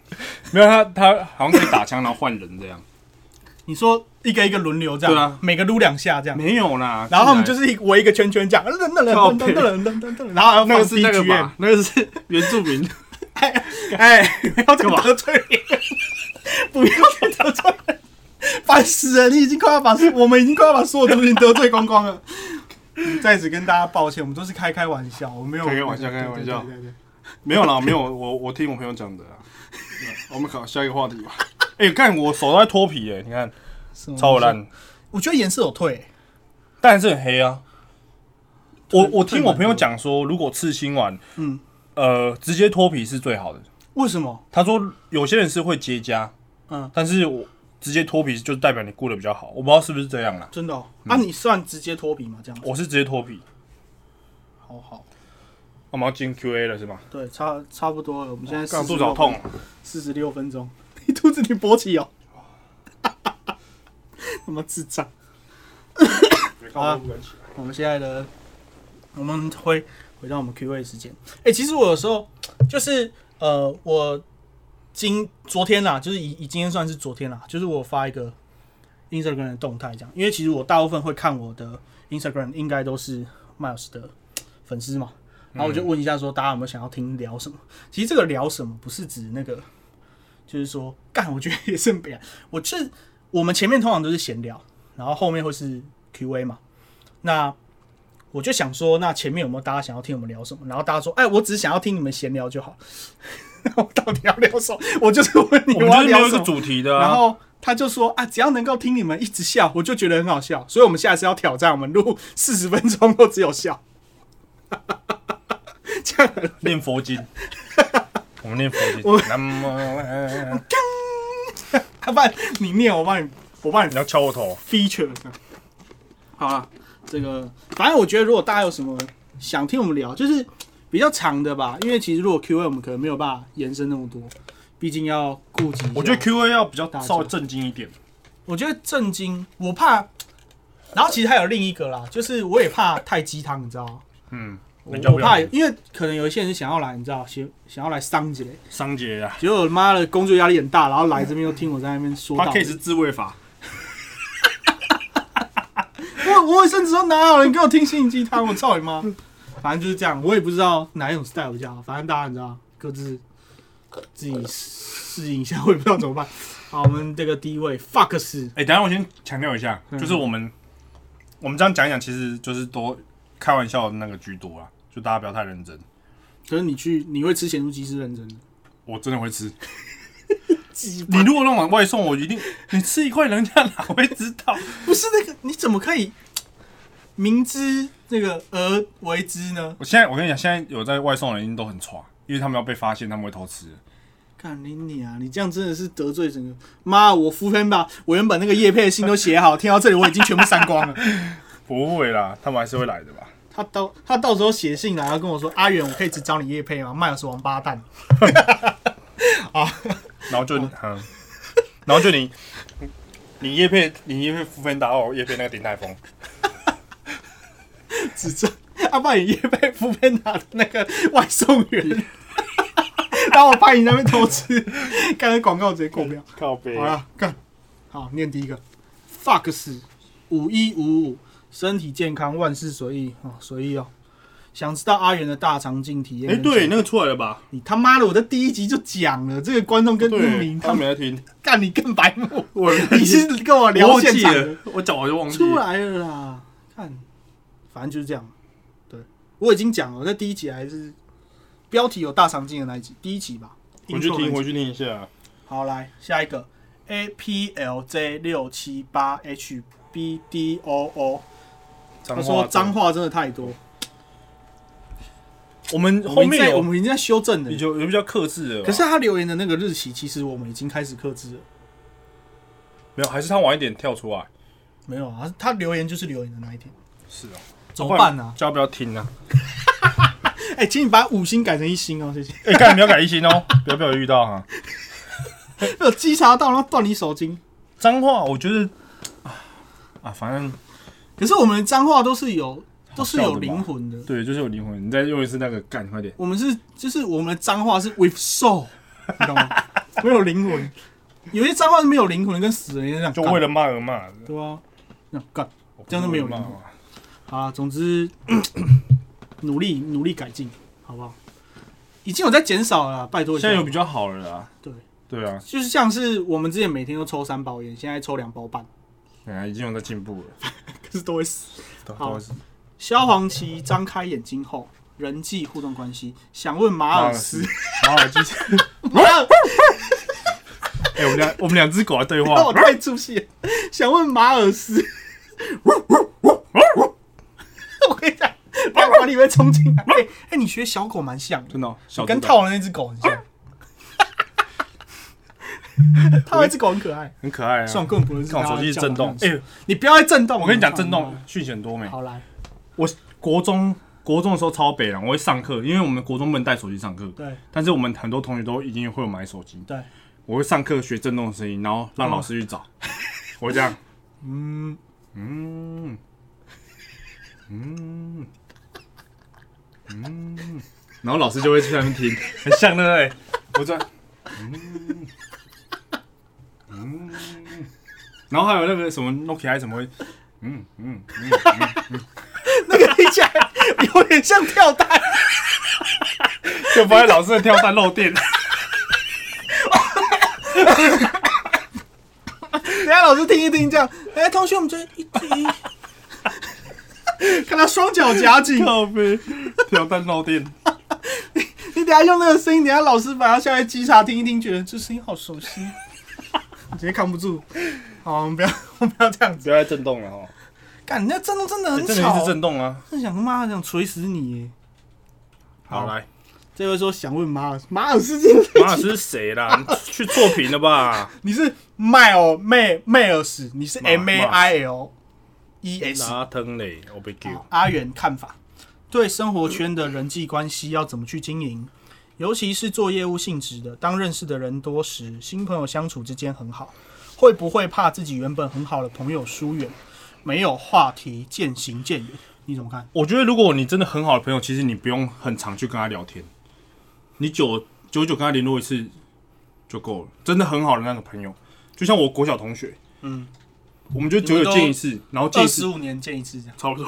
Speaker 1: 没有他他好像可以打枪，然后换人这样。
Speaker 2: 你说一个一个轮流这样，
Speaker 1: 对啊
Speaker 2: 每个撸两下这样。
Speaker 1: 没有啦，
Speaker 2: 然后他们
Speaker 1: 进
Speaker 2: 就
Speaker 1: 来
Speaker 2: 是一围一个圈圈这样，噔噔噔噔
Speaker 1: 靠
Speaker 2: 噔
Speaker 1: 北
Speaker 2: 噔噔噔噔，然后还要
Speaker 1: 那
Speaker 2: 放
Speaker 1: 个是那个
Speaker 2: BGM
Speaker 1: 吧。，那个是 原住民。
Speaker 2: 哎哎，不要再得罪人，不要再得罪人，烦死了！你已经快要把我们已经快要把所有族群得罪光光了。嗯在此跟大家抱歉，我们都是开开玩笑，我没有
Speaker 1: 开开玩笑
Speaker 2: 对对
Speaker 1: 开开玩笑
Speaker 2: 对对对对
Speaker 1: 没有啦，没有，我我听我朋友讲的啦。那我们考下一个话题吧。哎、看我手都在脱皮哎、你看
Speaker 2: 什么
Speaker 1: 超烂，
Speaker 2: 我觉得颜色有退，欸
Speaker 1: 但还是很黑啊。我
Speaker 2: 退
Speaker 1: 我听我朋友讲说，如果刺青完，
Speaker 2: 嗯，
Speaker 1: 呃，直接脱皮是最好的。
Speaker 2: 为什么？
Speaker 1: 他说有些人是会结痂，
Speaker 2: 嗯，
Speaker 1: 但是我直接脱皮就代表你过得比较好。我不知道是不是这样啦，
Speaker 2: 真的、哦？啊，
Speaker 1: 嗯
Speaker 2: 你算直接脱皮吗？这样子，
Speaker 1: 我是直接脱皮。
Speaker 2: 好好，
Speaker 1: 我们要进 Q&A 了是吗？
Speaker 2: 对，差差不多了。我们现在
Speaker 1: 刚肚子好痛哦，
Speaker 2: 四十六分钟， 你肚子你勃起哦， 他妈智障！
Speaker 1: 啊，我
Speaker 2: 我们现在的，我们回回到我们 Q A 时间。哎、其实我有时候就是呃，我今昨天啦，就是以以今天算是昨天啦，就是我发一个 Instagram 的动态这样，因为其实我大部分会看我的 Instagram，应该都是 Miles 的粉丝嘛。然后我就
Speaker 1: 嗯
Speaker 2: 问一下说，大家有没有想要听聊什么？其实这个聊什么不是指那个，就是说干，我觉得也是很北啊。我是我们前面通常都是闲聊，然后后面会是 Q A 嘛。那我就想说，那前面有没有大家想要听我们聊什么？然后大家说，哎，我只想要听你们闲聊就好。 我到底要聊什么？我就是问你，
Speaker 1: 们
Speaker 2: 要
Speaker 1: 就是没
Speaker 2: 聊
Speaker 1: 有一
Speaker 2: 什
Speaker 1: 个
Speaker 2: 么？
Speaker 1: 主题的、啊。
Speaker 2: 然后他就说啊，只要能够听你们一直笑，我就觉得很好笑。所以我们下次要挑战，我们录四十分钟都只有笑。这样很
Speaker 1: 念佛 经，我们念佛经。南无，
Speaker 2: 啊，不然你念，我帮你，我帮你
Speaker 1: 你要敲我头。
Speaker 2: feature 这样。好了，这个反正我觉得，如果大家有什么想听我们聊，就是比较长的吧，因为其实如果 Q&A 我们可能没有办法延伸那么多，毕竟要顾及一下。
Speaker 1: 我觉得 Q A 要比较
Speaker 2: 大家
Speaker 1: 稍微震惊一点。
Speaker 2: 我觉得震惊，我怕。然后其实还有另一个啦，就是我也怕太鸡汤，你知道吗？
Speaker 1: 嗯，人家
Speaker 2: 我
Speaker 1: 不
Speaker 2: 我怕，
Speaker 1: 要
Speaker 2: 因为可能有一些人想要来，你知道，想想要来桑杰，
Speaker 1: 桑杰啊，
Speaker 2: 结果妈的工作压力很大，然后来这边又听我在那边说
Speaker 1: 他
Speaker 2: 道
Speaker 1: 可以
Speaker 2: 理，
Speaker 1: 是自卫法。
Speaker 2: 我我甚至说哪有人给我听心灵鸡汤，我操 你妈！反正就是这样，我也不知道哪一种 style 比较好，反正大家你知道，各自自己适应一下，我也不知道怎么办。 好，我们这个第一位 fuck 是，
Speaker 1: 哎，等一下我先强调一下，
Speaker 2: 嗯
Speaker 1: 就是我们我们这样讲一讲，其实就是多开玩笑的那个居多啊，就大家不要太认真。
Speaker 2: 可是你去你会吃咸猪鸡是认真的，
Speaker 1: 我真的会 吃，
Speaker 2: 鸡
Speaker 1: 你如果让我外送，我一定你吃一块，人家哪会知道？
Speaker 2: 不是那个，你怎么可以明知那个而为之呢？
Speaker 1: 我现在我跟你讲，现在有在外送的人一定都很差，因为他们要被发现，他们会偷吃。
Speaker 2: 干你你啊！你这样真的是得罪整个妈！我敷喷吧，我原本那个叶配的信都写好，听到这里我已经全部删光了。
Speaker 1: 不会啦，他们还是会来的吧？
Speaker 2: 他到他到时候写信来，要跟我说阿远，我可以只找你叶配吗？麦尔是王八蛋。
Speaker 1: 然后就
Speaker 2: 哦
Speaker 1: 嗯，然后就你，你叶配，你叶配福芬达哦，叶配那个鼎泰丰，
Speaker 2: 智障！阿爸也夜被福佩拿的那个外送员， 然后我怕你那边偷吃，看那广告直接过不了。
Speaker 1: 靠背
Speaker 2: 好了，干，好念第一个，fuck 是五一五五，身体健康，万事随意哦，随意哦。想知道阿元的大肠镜体验
Speaker 1: 哎、
Speaker 2: 跟情况？
Speaker 1: 对，那个出来了吧？
Speaker 2: 你他妈的，我在第一集就讲了，这个观众跟路
Speaker 1: 对，
Speaker 2: 明
Speaker 1: 他
Speaker 2: 他
Speaker 1: 没在
Speaker 2: 们
Speaker 1: 听，
Speaker 2: 干你更白目，
Speaker 1: 我
Speaker 2: 你是跟我
Speaker 1: 我
Speaker 2: 聊
Speaker 1: 忘
Speaker 2: 现
Speaker 1: 记
Speaker 2: 场的
Speaker 1: 了，我讲完就忘记
Speaker 2: 出
Speaker 1: 了。
Speaker 2: 来了啦，看，反正就是这样。对，我已经讲了，在第一集还是标题有大长今的那一集，第一集吧。
Speaker 1: 回去
Speaker 2: intro 那一
Speaker 1: 听，
Speaker 2: 集
Speaker 1: 回去听一下。
Speaker 2: 好，来下一个，APLJ 六七八 HB B D O O，
Speaker 1: 他
Speaker 2: 他说脏话真的太多，
Speaker 1: 我们
Speaker 2: 我
Speaker 1: 后
Speaker 2: 们已经
Speaker 1: 面
Speaker 2: 在我
Speaker 1: 有
Speaker 2: 们已经在修正了
Speaker 1: 比。较有比较克制的吧，
Speaker 2: 可是他留言的那个日期，其实我们已经开始克制了。
Speaker 1: 没有，还是他晚一点跳出来。
Speaker 2: 没有啊，他留言就是留言的那一天，哦
Speaker 1: 是啊，
Speaker 2: 怎么办
Speaker 1: 不
Speaker 2: 呢
Speaker 1: 然、叫他不要听啊！
Speaker 2: 哎、请你把五星改成一星哦，谢 谢。
Speaker 1: 哎，干不要改一星哦， 不要不要遇到哈。
Speaker 2: 有稽查到，然后断你手筋。
Speaker 1: 脏话，我觉得啊啊，反正
Speaker 2: 可是我们的脏话都是有，都是
Speaker 1: 好笑
Speaker 2: 有
Speaker 1: 的吧
Speaker 2: 灵魂的。
Speaker 1: 对，就是有灵魂。你再用一次那个干，快点。
Speaker 2: 我们是就是我们的脏话是 with soul，你 懂吗？没有灵魂，有些脏话是没有灵魂的，跟死人一样。
Speaker 1: 就为
Speaker 2: 了
Speaker 1: 了骂而骂，
Speaker 2: 对啊，那干
Speaker 1: 我不
Speaker 2: 这样都没有
Speaker 1: 为了骂
Speaker 2: 用啊，总之 努力努力改进，好不好？已经有在减少了啦，拜托一
Speaker 1: 现
Speaker 2: 下。
Speaker 1: 在有比较好了啦。
Speaker 2: 对
Speaker 1: 对啊，
Speaker 2: 就是像是我们之前每天都抽三包烟，现在抽两包半，
Speaker 1: 本哎来已经有在进步了。
Speaker 2: 可是都会死。
Speaker 1: 都
Speaker 2: 好
Speaker 1: 都是
Speaker 2: 萧煌奇张开眼睛后，人际互动关系，想问马尔斯，
Speaker 1: 马尔济斯。哎、我们两我们两只狗在对
Speaker 2: 让
Speaker 1: 话，
Speaker 2: 我太出戏了，想问马尔斯， 我跟你讲，不要管理会冲 进来。哎、哎你学小狗蛮像的，
Speaker 1: 真的、哦，小
Speaker 2: 你跟
Speaker 1: 只狗
Speaker 2: 套的那只狗很 像。套那只狗很可爱，
Speaker 1: 很可爱啊。
Speaker 2: 算我根本不认识
Speaker 1: 看
Speaker 2: 它。
Speaker 1: 我手机
Speaker 2: 叫
Speaker 1: 震动
Speaker 2: 马，
Speaker 1: 哎、
Speaker 2: 尔斯你不要再震动。
Speaker 1: 我跟你讲，震
Speaker 2: 靠
Speaker 1: 动
Speaker 2: 你妈
Speaker 1: 讯息很多没？
Speaker 2: 好来，
Speaker 1: 我国中国中的时候超北了，我会上课，因为我们国中不能带手机上课，
Speaker 2: 对
Speaker 1: 但是我们很多同学都已经会有买手机，
Speaker 2: 对，
Speaker 1: 我会上课学震动的声音，然后让老师去找，我会这样，
Speaker 2: 嗯，
Speaker 1: 哦嗯嗯嗯，然后老师就会去那边听，很像对不对？我这样，嗯嗯，然后还有那个什么 Nokia 什么会，嗯嗯嗯嗯，
Speaker 2: 那个听起来有点像跳蛋。
Speaker 1: 就发现老师的跳蛋漏电。
Speaker 2: 等一下老师听一听，这样，哎、同学，我们这一起，看他双脚夹紧，
Speaker 1: 靠背，跳蛋漏电，
Speaker 2: 你等一下用那个声音，等一下老师把他下来稽查听一听，觉得这声音好熟悉，直接扛不住。好，我们不要，我们不要这样子。
Speaker 1: 不要再震动了哦，
Speaker 2: 干，那震动真的
Speaker 1: 欸
Speaker 2: 很
Speaker 1: 真的一
Speaker 2: 吵，
Speaker 1: 直震动啊。
Speaker 2: 真想他妈想锤死你耶！
Speaker 1: 好来，
Speaker 2: 这位说想问马尔马尔斯基，
Speaker 1: 马老师是谁啦？你去作品了吧？
Speaker 2: 你是迈尔迈迈尔斯，你是
Speaker 1: 马
Speaker 2: M A I L E S，
Speaker 1: 拿汤嘞，我被救。
Speaker 2: 阿元看法，对生活圈的人际关系要怎么去经营，尤其是做业务性质的，当认识的人多时，新朋友相处之间很好，会不会怕自己原本很好的朋友疏远，没有话题，渐行渐远？你怎么看？
Speaker 1: 我觉得如果你真的很好的朋友，其实你不用很常去跟他聊天，你久久久跟他联络一次就够了。真的很好的那个朋友，就像我国小同学，
Speaker 2: 嗯，
Speaker 1: 我们就久久见一次，然后见一
Speaker 2: 二
Speaker 1: 次
Speaker 2: 十五年见一次，这样
Speaker 1: 差不多，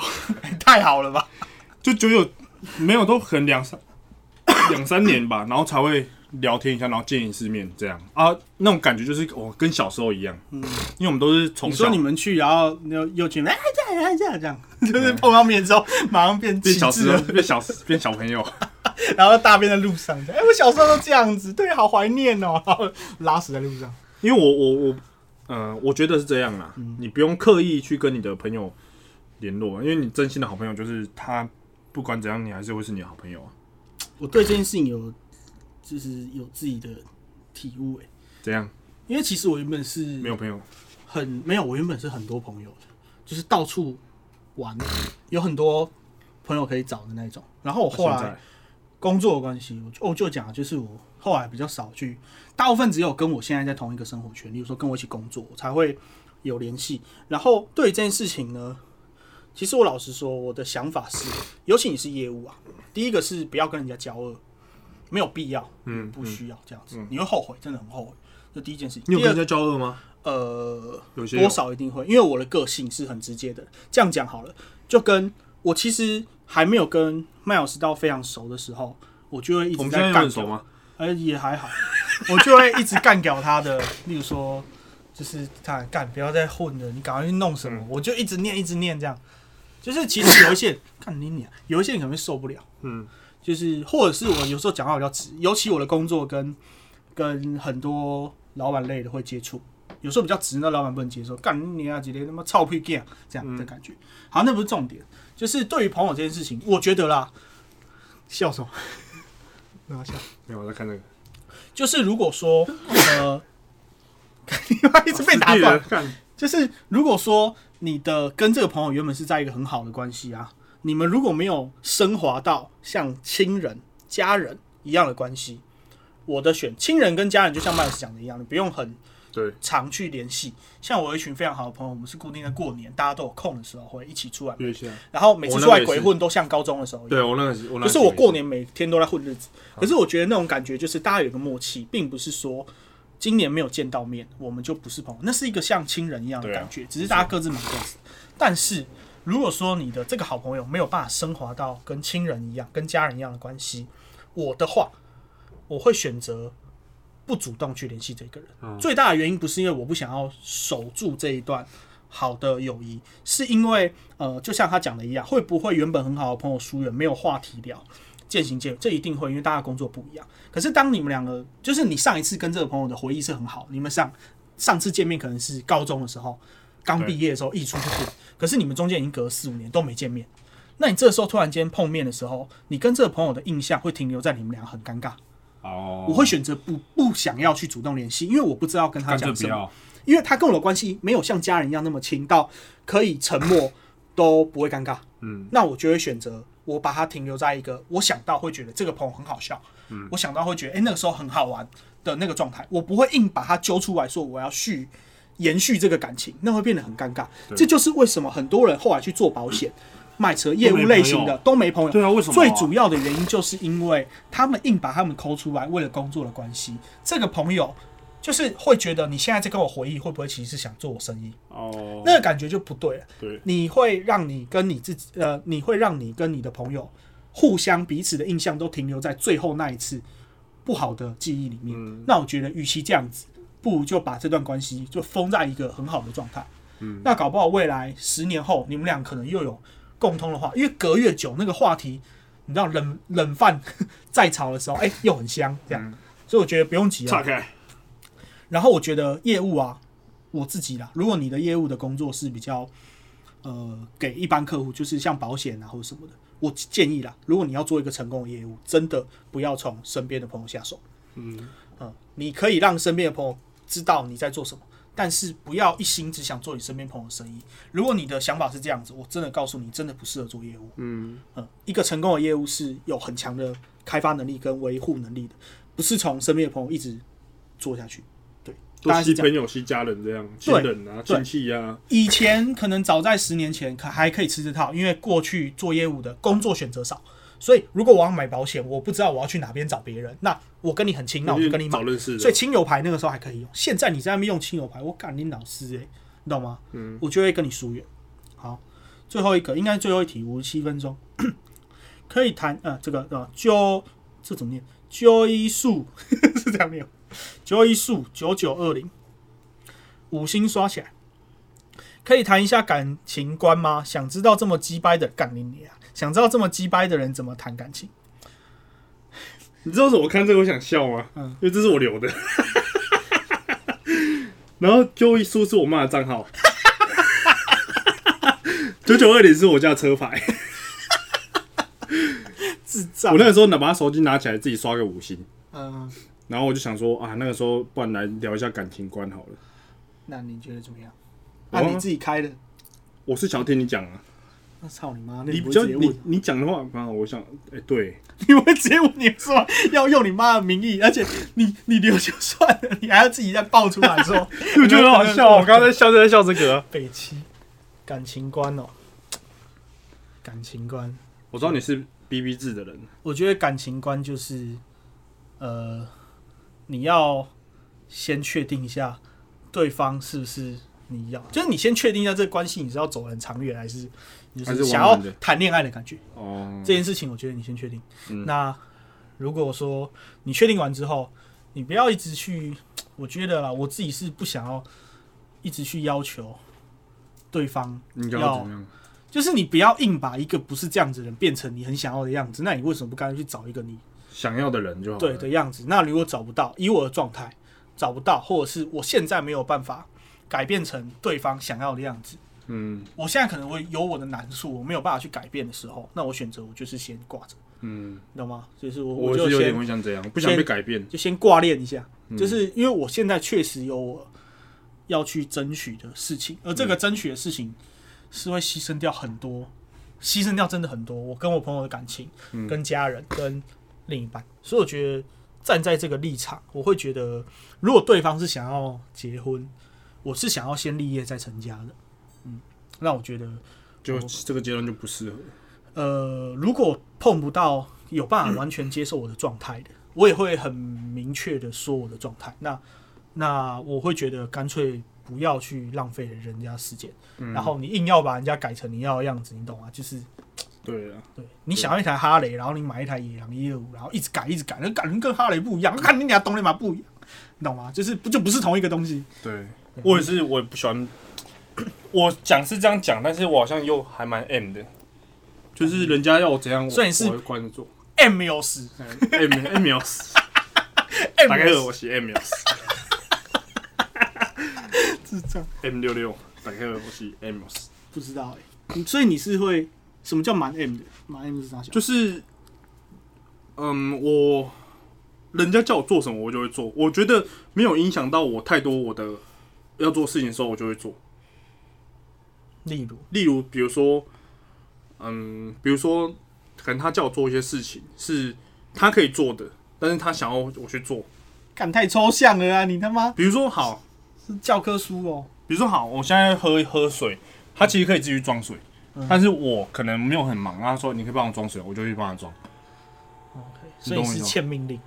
Speaker 2: 太好了吧？
Speaker 1: 就久久没有都可能两三 两三年吧，然后才会聊天一下，然后见一次面这样啊，那种感觉就是我跟小时候一样，因为我们都是从
Speaker 2: 你说
Speaker 1: 小
Speaker 2: 你们去，然后又又去，哎，这样这样 这样，就是碰到面之后马上变
Speaker 1: 变
Speaker 2: 气
Speaker 1: 小
Speaker 2: 质
Speaker 1: 时候
Speaker 2: 了，
Speaker 1: 变小变小朋友，
Speaker 2: 然后大便在路上，哎，我小时候都这样子，对，好怀念哦，然后拉屎在路上。
Speaker 1: 因为我我我，呃，我觉得是这样啦，
Speaker 2: 嗯
Speaker 1: 你不用刻意去跟你的朋友联络，因为你真心的好朋友就是他，不管怎样，你还是会是你的好朋友啊。
Speaker 2: 我对这件事情有就是有自己的体悟诶、
Speaker 1: 怎样？
Speaker 2: 因为其实我原本是
Speaker 1: 没有朋友，
Speaker 2: 很没有，我原本是很多朋友的，就是到处玩，有很多朋友可以找的那种。然后我后
Speaker 1: 现
Speaker 2: 来
Speaker 1: 在
Speaker 2: 工作的关系，我就我就讲，就是我后来比较少去，大部分只有跟我现在在同一个生活圈，例如说跟我一起工作，我才会有联系。然后对于这件事情呢，其实我老实说，我的想法是，尤其你是业务啊，第一个是不要跟人家交恶，没有必要，
Speaker 1: 嗯
Speaker 2: 不需要这样子，你会后悔，真的很后悔。这第一件事情，
Speaker 1: 你有
Speaker 2: 第
Speaker 1: 跟
Speaker 2: 二
Speaker 1: 人家交恶吗？
Speaker 2: 呃，
Speaker 1: 有些有
Speaker 2: 多少一定会，因为我的个性是很直接的。这样讲好了，就跟我其实还没有跟麦老师到非常熟的时候，我就会一
Speaker 1: 我
Speaker 2: 直
Speaker 1: 们现在
Speaker 2: 在
Speaker 1: 有
Speaker 2: 干
Speaker 1: 很
Speaker 2: 掉
Speaker 1: 熟？吗？
Speaker 2: 哎、也还好， 我就会一直干掉他的，例如说，就是他干不要再混了，你赶快去弄什么，我就一直念一直念这样。就是其实有一些人 干你娘，有一些人可能会受不了。
Speaker 1: 嗯，
Speaker 2: 就是或者是我有时候讲话比较直，尤其我的工作跟跟很多老板类的会接触，有时候比较直，那老板不能接受，干你啊，几天他妈操屁 g 这样的感觉。好，那不是重点，就是对于朋友这件事情，我觉得啦，笑什么？不要笑。
Speaker 1: 没有，我在看这个。
Speaker 2: 就是如果 说，呃，哦你妈一直被打断，
Speaker 1: 断。
Speaker 2: 就是如果说你的跟这个朋友原本是在一个很好的关系啊，你们如果没有升华到像亲人、家人一样的关系，我的选亲人跟家人就像麦老师讲的一样，你不用很
Speaker 1: 对，
Speaker 2: 常去联系。像我有一群非常好的朋友，我们是固定在过年大家都有空的时候会一起出来，
Speaker 1: 约一下。
Speaker 2: 然后每次
Speaker 1: 我那
Speaker 2: 出
Speaker 1: 个
Speaker 2: 来
Speaker 1: 也
Speaker 2: 鬼
Speaker 1: 是
Speaker 2: 混都像高中的时候一样。
Speaker 1: 对我那个是，我那
Speaker 2: 可
Speaker 1: 个
Speaker 2: 是嗯我过
Speaker 1: 年
Speaker 2: 年每天都在混日子，可是我觉得那种感觉就是大家有个默契，并不是说今年没有见到面我们就不是朋友，那是一个像亲人一样的
Speaker 1: 对啊
Speaker 2: 感觉，只是大家各自忙各自。但是如果说你的这个好朋友没有办法升华到跟亲人一样、跟家人一样的关系，我的话，我会选择不主动去联系这个人。
Speaker 1: 嗯
Speaker 2: 最大的原因不是因为我不想要守住这一段好的友谊，是因为呃，就像他讲的一样，会不会原本很好的朋友疏远，没有话题聊，渐行渐远，这一定会，因为大家工作不一样。可是当你们两个，就是你上一次跟这个朋友的回忆是很好，你们上上次见面可能是高中的时候，刚毕业的时候一起出去混，可是你们中间已经隔了四五年都没见面。那你这时候突然间碰面的时候，你跟这个朋友的印象会停留在你们俩很尴尬。
Speaker 1: 哦，
Speaker 2: 我会选择不不想要去主动联系，因为我不知道跟他
Speaker 1: 干脆
Speaker 2: 讲
Speaker 1: 不
Speaker 2: 什么，
Speaker 1: 要。
Speaker 2: 因为他跟我的关系没有像家人一样那么亲到可以沉默都不会尴尬。
Speaker 1: 嗯，
Speaker 2: 那我就会选择我把它停留在一个我想到会觉得这个朋友很好笑，嗯，我想到会觉得哎、诶那个时候很好玩的那个状态，我不会硬把它揪出来说我要续延续这个感情，那会变得很尴尬。这就是为什么很多人后来去做保险、卖车业务类型的都没朋友。
Speaker 1: 对啊为什么啊
Speaker 2: 最主要的原因就是因为他们硬把他们抠出来，为了工作的关系，这个朋友。就是会觉得你现在在跟我回忆，会不会其实是想做我生意？
Speaker 1: 哦，
Speaker 2: 那个感觉就不对了。
Speaker 1: 对，
Speaker 2: 你会让你跟你自己，呃，你会让你跟你的朋友互相彼此的印象都停留在最后那一次不好的记忆里面。那我觉得，与其这样子，不如就把这段关系就封在一个很好的状态。嗯，那搞不好未来十年后，你们俩可能又有共通的话，因为隔越久，那个话题，你知道冷冷饭在炒的时候，哎、又很香，这样。所以我觉得不用急啊，
Speaker 1: 岔开。
Speaker 2: 然后我觉得业务啊，我自己啦，如果你的业务的工作是比较呃给一般客户，就是像保险啊或什么的，我建议啦，如果你要做一个成功的业务，真的不要从身边的朋友下手。
Speaker 1: 嗯，
Speaker 2: 嗯，你可以让身边的朋友知道你在做什么，但是不要一心只想做你身边朋友的生意。如果你的想法是这样子，我真的告诉你，真的不适合做业务。
Speaker 1: 嗯，
Speaker 2: 嗯，一个成功的业务是有很强的开发能力跟维护能力的，不是从身边的朋友一直做下去。对，
Speaker 1: 多
Speaker 2: 大概是
Speaker 1: 惜
Speaker 2: 这样。
Speaker 1: 朋友，惜家人这样，亲人啊，
Speaker 2: 对
Speaker 1: 亲戚啊，
Speaker 2: 以前可能早在十年前可还可以吃这套，因为过去做业务的工作选择少，所以如果我要买保险，我不知道我要去哪边找别人，那我跟你很亲，那我就跟你买
Speaker 1: 早。认识的。
Speaker 2: 所以亲友牌那个时候还可以用，现在你在那边用亲友牌，我干你老师哎、你懂吗？嗯，我就会跟你疏远。好，最后一个应该最后一题，五十七分钟， 可以谈呃这个呃九这怎么念？九一数 是这样念吗，九一数九九二零，五星刷起来。可以谈一下感情观吗？想知道这么鸡掰的干你你啊！想知道这么鸡掰的人怎么谈感情？
Speaker 1: 你知道为什么我看这个我想笑吗？
Speaker 2: 嗯
Speaker 1: 因为这是我留的。然后就一叔是我妈的账号，九九二零是我家的车牌。
Speaker 2: 智障
Speaker 1: 我！那个时候拿把手机拿起来自己刷个五星，
Speaker 2: 嗯、
Speaker 1: 然后我就想说啊，那个时候不然来聊一下感情观好了。
Speaker 2: 那你觉得怎么样？
Speaker 1: 我
Speaker 2: 那你自己开的，
Speaker 1: 我是想要听你讲啊，
Speaker 2: 那操你妈！那
Speaker 1: 你比
Speaker 2: 不会
Speaker 1: 较
Speaker 2: 直接
Speaker 1: 你
Speaker 2: 问，
Speaker 1: 你讲的话，啊，我想哎、对，
Speaker 2: 你会直接问你说要用你妈的名义，而且你你留就算了，你还要自己再爆出来说，
Speaker 1: 我觉得很好笑，我刚才笑就在笑这个啊、
Speaker 2: 北七感情观哦，感情观，
Speaker 1: 我知道你是 B B 制的人，
Speaker 2: 我觉得感情观就是，呃，你要先确定一下对方是不是你要，就是你先确定一下这个关系你是要走很长远，还是你就
Speaker 1: 还
Speaker 2: 是
Speaker 1: 是
Speaker 2: 想
Speaker 1: 玩
Speaker 2: 要
Speaker 1: 玩的
Speaker 2: 谈恋爱的感觉。
Speaker 1: 哦，
Speaker 2: 这件事情，我觉得你先确定。
Speaker 1: 嗯
Speaker 2: 那如果说你确定完之后，你不要一直去，我觉得啦，我自己是不想要一直去要求对方
Speaker 1: 你想要
Speaker 2: 要
Speaker 1: 怎么，样？
Speaker 2: 就是你不要硬把一个不是这样子的人变成你很想要的样子。那你为什么不干脆去找一个你
Speaker 1: 想要的人就好了。
Speaker 2: 对的样子？那如果找不到，以我的状态，找不到，或者是我现在没有办法改变成对方想要的样子，
Speaker 1: 嗯
Speaker 2: 我现在可能会有我的难处，我没有办法去改变的时候，那我选择我就是先挂着，
Speaker 1: 嗯，
Speaker 2: 你懂吗？就是我
Speaker 1: 我
Speaker 2: 就是
Speaker 1: 有点
Speaker 2: 先
Speaker 1: 会像这样，我不想被改变。
Speaker 2: 就先挂念一下，就是因为我现在确实有我要去争取的事情，而这个争取的事情是会牺牲掉很多，牺牲掉真的很多，我跟我朋友的感情、跟家人、跟另一半，所以我觉得站在这个立场，我会觉得，如果对方是想要结婚，我是想要先立业再成家的，嗯，那我觉得
Speaker 1: 就这个阶段就不适合。
Speaker 2: 呃，如果碰不到有办法完全接受我的状态的，我也会很明确的说我的状态。那那我会觉得干脆不要去浪费人家时间，
Speaker 1: 嗯
Speaker 2: 然后你硬要把人家改成你要的样子，你懂吗？就是
Speaker 1: 对啊，
Speaker 2: 对你想要一台哈雷，然后你买一台野狼一六五，然后一直改一直改，那改成跟哈雷不一样，看你俩懂你嘛不一样，你懂吗？就是不就不是同一个东西。
Speaker 1: 对，我也是，我也不喜欢。我讲是这样讲，但是我好像又还蛮 M 的，就是人家要我怎样，我
Speaker 2: 所以你是
Speaker 1: 我会关注
Speaker 2: M 有死
Speaker 1: M M 有死，嗯
Speaker 2: ，M
Speaker 1: 大概
Speaker 2: 有
Speaker 1: 二
Speaker 2: 死
Speaker 1: 我写 M 有 死
Speaker 2: 智障，
Speaker 1: M 六六，大概二我写 M 有死，
Speaker 2: 不知道哎、欸。所以你是会什么叫满 M 的？满 M 是啥？想？
Speaker 1: 就是，嗯，我人家叫我做什么，我就会做。我觉得没有影响到我太多我的要做事情的时候，我就会做。
Speaker 2: 例如。
Speaker 1: 例如，比如说，嗯，比如说，可能他叫我做一些事情是他可以做的，但是他想要我去做。
Speaker 2: 干太抽象了啊！你他妈
Speaker 1: 比如说，好，
Speaker 2: 是教科书哦。
Speaker 1: 比如说好，我现在喝喝水，他其实可以自己装水，但是我可能没有很忙，他说你可以帮我装水，我就去帮他装。
Speaker 2: 所以
Speaker 1: 你懂我意思
Speaker 2: 你
Speaker 1: 吗
Speaker 2: 是欠命令，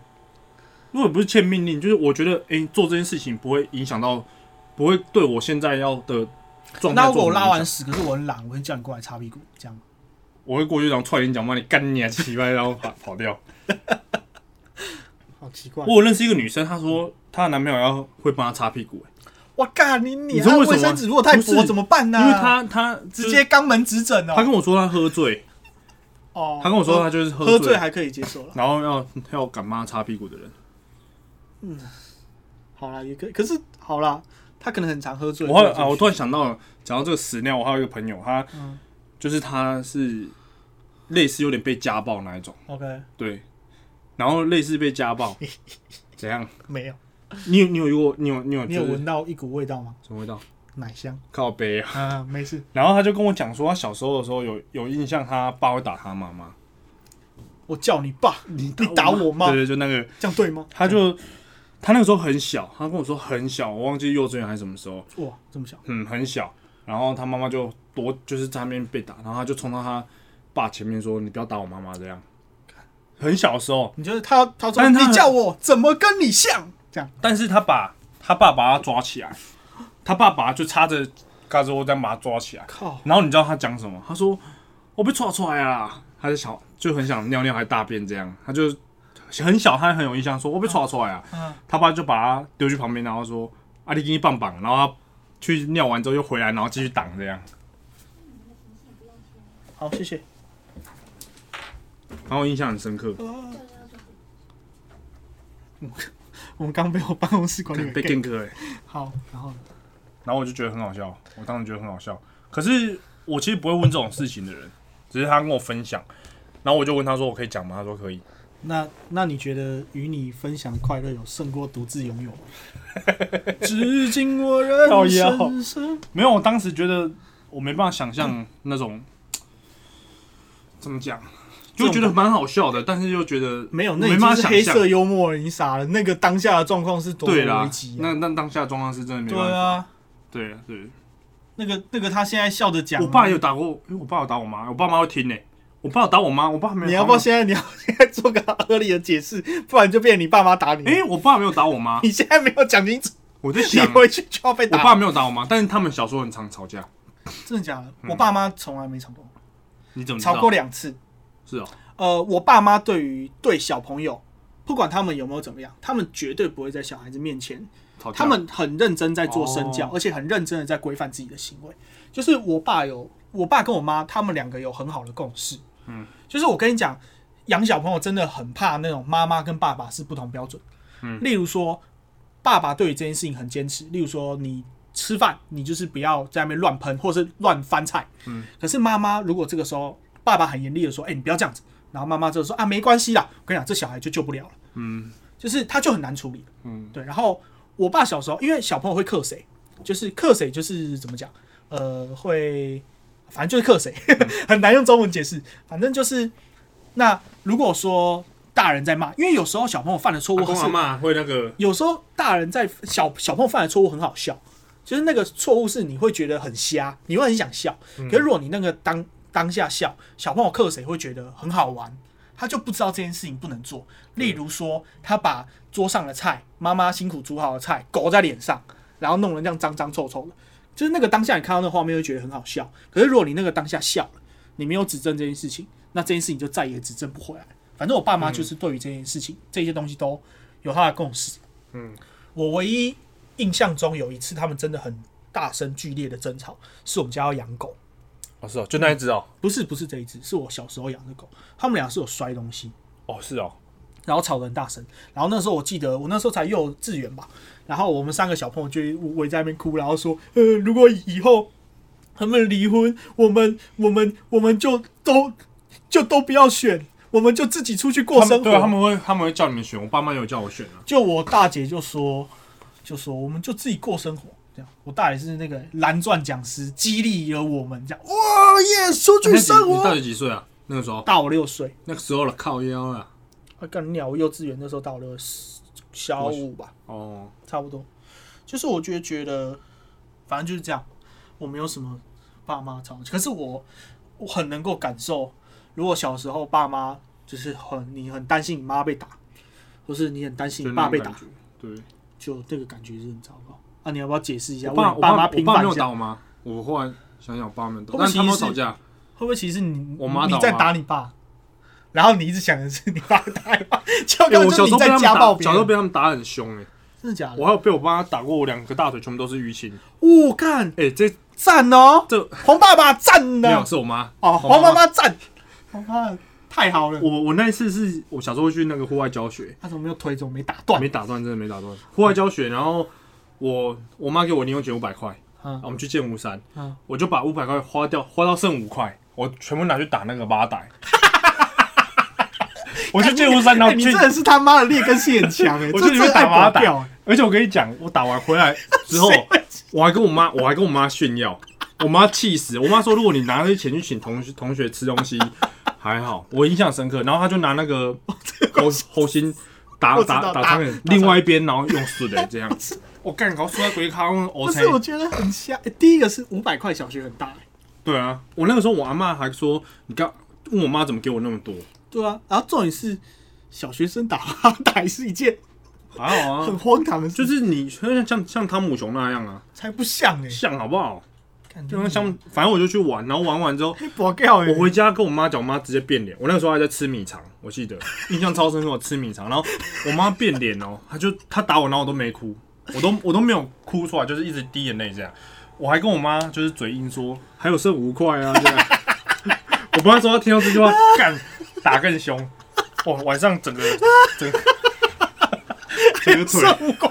Speaker 1: 如果不是欠命令，就是我觉得，哎、做这件事情不会影响到，不会对我现在要的状态。
Speaker 2: 那如果我拉完，屎，可是我很懒，我会叫你过来擦屁股，这样吗
Speaker 1: 我会过去然后踹你脚，骂你干你啊，奇怪，然后跑跑 掉。
Speaker 2: 好奇怪。
Speaker 1: 我有认识一个女生，她说她的男朋友要会帮她擦屁股、
Speaker 2: 我干你你
Speaker 1: 你知道
Speaker 2: 啊
Speaker 1: 为什么
Speaker 2: 卫生纸如果太
Speaker 1: 不
Speaker 2: 薄
Speaker 1: 是
Speaker 2: 怎么办呢？啊
Speaker 1: 因为她她
Speaker 2: 直接肛门直诊
Speaker 1: 她
Speaker 2: 哦。
Speaker 1: 跟我说她喝醉，
Speaker 2: 哦，
Speaker 1: 她跟我说她就是
Speaker 2: 喝
Speaker 1: 醉，
Speaker 2: 醉还可以接受了。
Speaker 1: 然后要要敢帮她擦屁股的人。
Speaker 2: 好啦，也可以，可是好啦，他可能很常喝醉。
Speaker 1: 我还有
Speaker 2: 喝醉
Speaker 1: 啊，我突然想到了，讲到这个屎尿，我还有一个朋友，他、
Speaker 2: 嗯
Speaker 1: 就是他是类似有点被家暴那一种，
Speaker 2: OK
Speaker 1: 对，然后类似被家 暴，怎样？
Speaker 2: 没有，
Speaker 1: 你有你有遇过？你有你有
Speaker 2: 你有
Speaker 1: 就是
Speaker 2: 闻到一股味道吗？
Speaker 1: 什么味道？
Speaker 2: 奶香
Speaker 1: 靠背啊！
Speaker 2: 啊，没事。
Speaker 1: 然后他就跟我讲说，他小时候的时候有有印象，他爸会打他妈妈，
Speaker 2: 我叫你爸，你打
Speaker 1: 妈
Speaker 2: 我妈
Speaker 1: 对，对，就那个，
Speaker 2: 这样对吗？
Speaker 1: 他就他那个时候很小，他跟我说很小，我忘记幼稚园还是什么时候，
Speaker 2: 哇，这么小，
Speaker 1: 嗯，很小。然后他妈妈就躲，就是在那边被打，然后他就冲到他爸前面说：“你不要打我妈妈。”这样，很小的时候，
Speaker 2: 你觉得他他说
Speaker 1: 但是他
Speaker 2: 你
Speaker 1: 很
Speaker 2: 叫我怎么跟你像这样？
Speaker 1: 但是他把他爸把他抓起来，他爸爸就插着嘎吱窝这样把他抓起来。
Speaker 2: 靠！
Speaker 1: 然后你知道他讲什么？他说：“我被抓出来啦！”他就想就很想尿尿还大便这样，他就很小，他很有印象，说：“我被抓出来啊！”
Speaker 2: 嗯
Speaker 1: 他爸就把他丢去旁边，然后说：“啊，你给你棒棒。”然后他去尿完之后又回来，然后继续挡这样。
Speaker 2: 好，谢谢。
Speaker 1: 然后我印象很深刻，
Speaker 2: 我们刚被我办公室管理员
Speaker 1: 被干
Speaker 2: gank
Speaker 1: 哥哎，
Speaker 2: 好，然后呢
Speaker 1: 然后我就觉得很好笑，我当时觉得很好笑。可是我其实不会问这种事情的人，只是他跟我分享，然后我就问他说：“我可以讲吗？”他说：“可以。
Speaker 2: 那那你觉得与你分享快乐有胜过独自 拥有吗？至今我
Speaker 1: 靠
Speaker 2: 仍
Speaker 1: 腰
Speaker 2: 深深。”
Speaker 1: 没有，我当时觉得我没办法想象那种、怎么讲，就觉得蛮好笑的，但是又觉得
Speaker 2: 没有，
Speaker 1: 我
Speaker 2: 那
Speaker 1: 没
Speaker 2: 已
Speaker 1: 办
Speaker 2: 经
Speaker 1: 法
Speaker 2: 是
Speaker 1: 想
Speaker 2: 黑
Speaker 1: 象
Speaker 2: 色幽默了，你傻了。那个当下的状况是多么
Speaker 1: 对啦
Speaker 2: 危机，
Speaker 1: 那
Speaker 2: 啊！
Speaker 1: 那当下状况是真的没
Speaker 2: 对
Speaker 1: 办法。
Speaker 2: 啊，
Speaker 1: 对啊，对，
Speaker 2: 那个那个他现在笑着讲啊，
Speaker 1: 我爸有打过，因为我爸有打我妈，我爸妈会听呢、我爸有打我妈，我爸没有。
Speaker 2: 啊你要不要？现在你要现在做个合理的解释，不然就变你爸妈打你。
Speaker 1: 哎、我爸没有打我妈，
Speaker 2: 你现在没有讲清楚，
Speaker 1: 我在
Speaker 2: 你
Speaker 1: 想，
Speaker 2: 回去就要被
Speaker 1: 我
Speaker 2: 打。
Speaker 1: 爸没有打我妈，但是他们小时候很常吵架。
Speaker 2: 真的假的？我爸妈从来没吵过，
Speaker 1: 你嗯怎么知道
Speaker 2: 吵过两次。
Speaker 1: 是哦，
Speaker 2: 呃，我爸妈对于对小朋友，不管他们有没有怎么样，他们绝对不会在小孩子面前，
Speaker 1: 吵架
Speaker 2: 他们很认真在做身教，
Speaker 1: 哦
Speaker 2: 而且很认真的在规范自己的行为。就是我爸有，我爸跟我妈他们两个有很好的共识。嗯，就是我跟你讲，养小朋友真的很怕那种妈妈跟爸爸是不同标准。嗯，例如说，爸爸对于这件事情很坚持，例如说你吃饭，你就是不要在那边乱喷，或者是乱翻菜。嗯。可是妈妈如果这个时候爸爸很严厉的说：“哎、你不要这样子。”然后妈妈就说：“啊，没关系啦，我跟你讲，这小孩就救不了了。”嗯。就是他就很难处理。嗯。对，然后我爸小时候，因为小朋友会克谁，就是克谁，就是怎么讲，呃，会反正就是克谁，
Speaker 1: 嗯
Speaker 2: 很难用中文解释。反正就是，那如果说大人在骂，因为有时候小朋友犯的错
Speaker 1: 阿
Speaker 2: 误
Speaker 1: 公
Speaker 2: 是
Speaker 1: 阿妈会那个，
Speaker 2: 有时候大人在小小朋友犯的错误很好笑，就是那个错误是你会觉得很瞎，你会很想笑。可是如果你那个当当下笑，小朋友克谁会觉得很好玩，他就不知道这件事情不能做。例如说，他把桌上的菜，妈妈辛苦煮好的菜狗在脸上，然后弄得这样脏脏臭臭的，就是那个当下你看到那个画面会觉得很好笑。可是如果你那个当下笑了，你没有指正这件事情，那这件事情就再也指正不回来了。反正我爸妈就是对于这件事情、这些东西都有他的共识。我唯一印象中有一次他们真的很大声剧烈的争吵，是我们家要养狗，
Speaker 1: 哦是哦，就那一只哦，
Speaker 2: 不是不是这一只，是我小时候养的狗，他们俩是有摔东西，
Speaker 1: 哦是哦，
Speaker 2: 然后吵得很大声。然后那时候我记得，我那时候才幼稚园吧，然后我们三个小朋友就围在那边哭，然后说，呃，如果以后他们离婚，我们我们我们就都 就都不要选，我们就自己出去过
Speaker 1: 他们
Speaker 2: 生活。
Speaker 1: 对啊他们会他们会叫你们选，我爸妈有叫我选啊，
Speaker 2: 就我大姐就说，就说我们就自己过生活。这样，我大姐是那个蓝钻讲师，激励了我们这样。哇耶，出去生
Speaker 1: 你到
Speaker 2: 活！
Speaker 1: 底几岁啊？那个时候
Speaker 2: 大我六岁，
Speaker 1: 那个时候了，靠腰啊，
Speaker 2: 啊，干鸟，我幼稚园那时候大我六岁小五吧，
Speaker 1: 哦，
Speaker 2: 差不多。就是我觉得觉得，反正就是这样，我没有什么爸妈吵，可是我我很能够感受，如果小时候爸妈就是很你很担心你妈被打，或是你很担心
Speaker 1: 就
Speaker 2: 你
Speaker 1: 那
Speaker 2: 爸
Speaker 1: 种
Speaker 2: 被
Speaker 1: 感
Speaker 2: 打，
Speaker 1: 觉，对，
Speaker 2: 就这个感觉是很糟糕。啊，你要不要解释一下？
Speaker 1: 我爸
Speaker 2: 为
Speaker 1: 我
Speaker 2: 你爸
Speaker 1: 爸
Speaker 2: 妈
Speaker 1: 我
Speaker 2: 平
Speaker 1: 爸
Speaker 2: 反
Speaker 1: 没
Speaker 2: 一
Speaker 1: 有
Speaker 2: 下，
Speaker 1: 打
Speaker 2: 会
Speaker 1: 我妈，我后来想想我爸没有打
Speaker 2: 会，不会
Speaker 1: 但是他们
Speaker 2: 其实
Speaker 1: 吵架，
Speaker 2: 不会其实你
Speaker 1: 我妈打我啊
Speaker 2: 你
Speaker 1: 妈
Speaker 2: 在打你爸，然后你一直想的是你爸 打你爸，就
Speaker 1: 哎
Speaker 2: 根
Speaker 1: 我
Speaker 2: 本就
Speaker 1: 小时
Speaker 2: 是你
Speaker 1: 候被
Speaker 2: 在
Speaker 1: 他们
Speaker 2: 家暴
Speaker 1: 打，
Speaker 2: 别
Speaker 1: 小时候
Speaker 2: 人，
Speaker 1: 被他们打得很凶哎，
Speaker 2: 真的假的？
Speaker 1: 我还有被我妈打过，我两个大腿全部都是淤青，
Speaker 2: 我干
Speaker 1: 哎这
Speaker 2: 赞哦，
Speaker 1: 这
Speaker 2: 黄爸爸赞
Speaker 1: 没有
Speaker 2: 呢，
Speaker 1: 是我妈
Speaker 2: 哦，
Speaker 1: 我
Speaker 2: 黄妈妈赞，黄妈妈太好了。
Speaker 1: 我我那一次是我小时候去那个户外教学，
Speaker 2: 他怎么没有推着我没打 断？
Speaker 1: 没打断，真的没打断。户外教学，然后我我妈给我零用钱五百块，
Speaker 2: 嗯
Speaker 1: 然后我们去剑湖山，
Speaker 2: 嗯
Speaker 1: 我就把五百块花掉，花到剩五块，我全部拿去打那个八 代。我去剑湖山，然
Speaker 2: 哎
Speaker 1: 后
Speaker 2: 你
Speaker 1: 去
Speaker 2: 真，的是他妈的劣根性很强哎，
Speaker 1: 我去
Speaker 2: 这
Speaker 1: 里
Speaker 2: 真
Speaker 1: 面
Speaker 2: 的
Speaker 1: 打
Speaker 2: 爱
Speaker 1: 麻
Speaker 2: 不掉
Speaker 1: 打
Speaker 2: 哎，
Speaker 1: 而且我跟你讲，我打完回来之后
Speaker 2: 谁，会
Speaker 1: 我还跟我妈，我还跟我妈炫耀，我妈气死。我妈说，如果你拿那些钱去请同学同学吃东 西，还好，我印象深刻。然后她就拿那个猴猴心打
Speaker 2: 我知道
Speaker 1: 打打
Speaker 2: 打
Speaker 1: 苍蝇，另外一边然后用死 的这样子。我干，搞出来鬼康
Speaker 2: 不
Speaker 1: 我才
Speaker 2: 是，我觉得很瞎。哎第一个是五百块小学很大哎。
Speaker 1: 对啊，我那个时候我阿妈还说，你刚问我妈怎么给我那么多，
Speaker 2: 对啊，然后重点是小学生打哈打是一件
Speaker 1: 还好
Speaker 2: 很
Speaker 1: 啊，
Speaker 2: 荒唐的事，
Speaker 1: 就是你像像像汤姆熊那样啊，
Speaker 2: 才不像哎、欸，
Speaker 1: 像好不好？
Speaker 2: 感
Speaker 1: 就像像，反正我就去玩，然后玩完之后。
Speaker 2: 博掉哎，
Speaker 1: 我回家跟我妈讲，我妈直接变脸。我那个时候还在吃米肠，我记 得印象超深刻，我吃米肠，然后我妈变脸哦，她就她打我，然后我都没哭，我都我都没有哭出来，就是一直滴眼泪这样。我还跟我妈就是嘴硬说还有剩五块啊这样。 我妈说她听到这句话，干打更凶，哇，晚上整个整 个整个腿，
Speaker 2: 剩五块，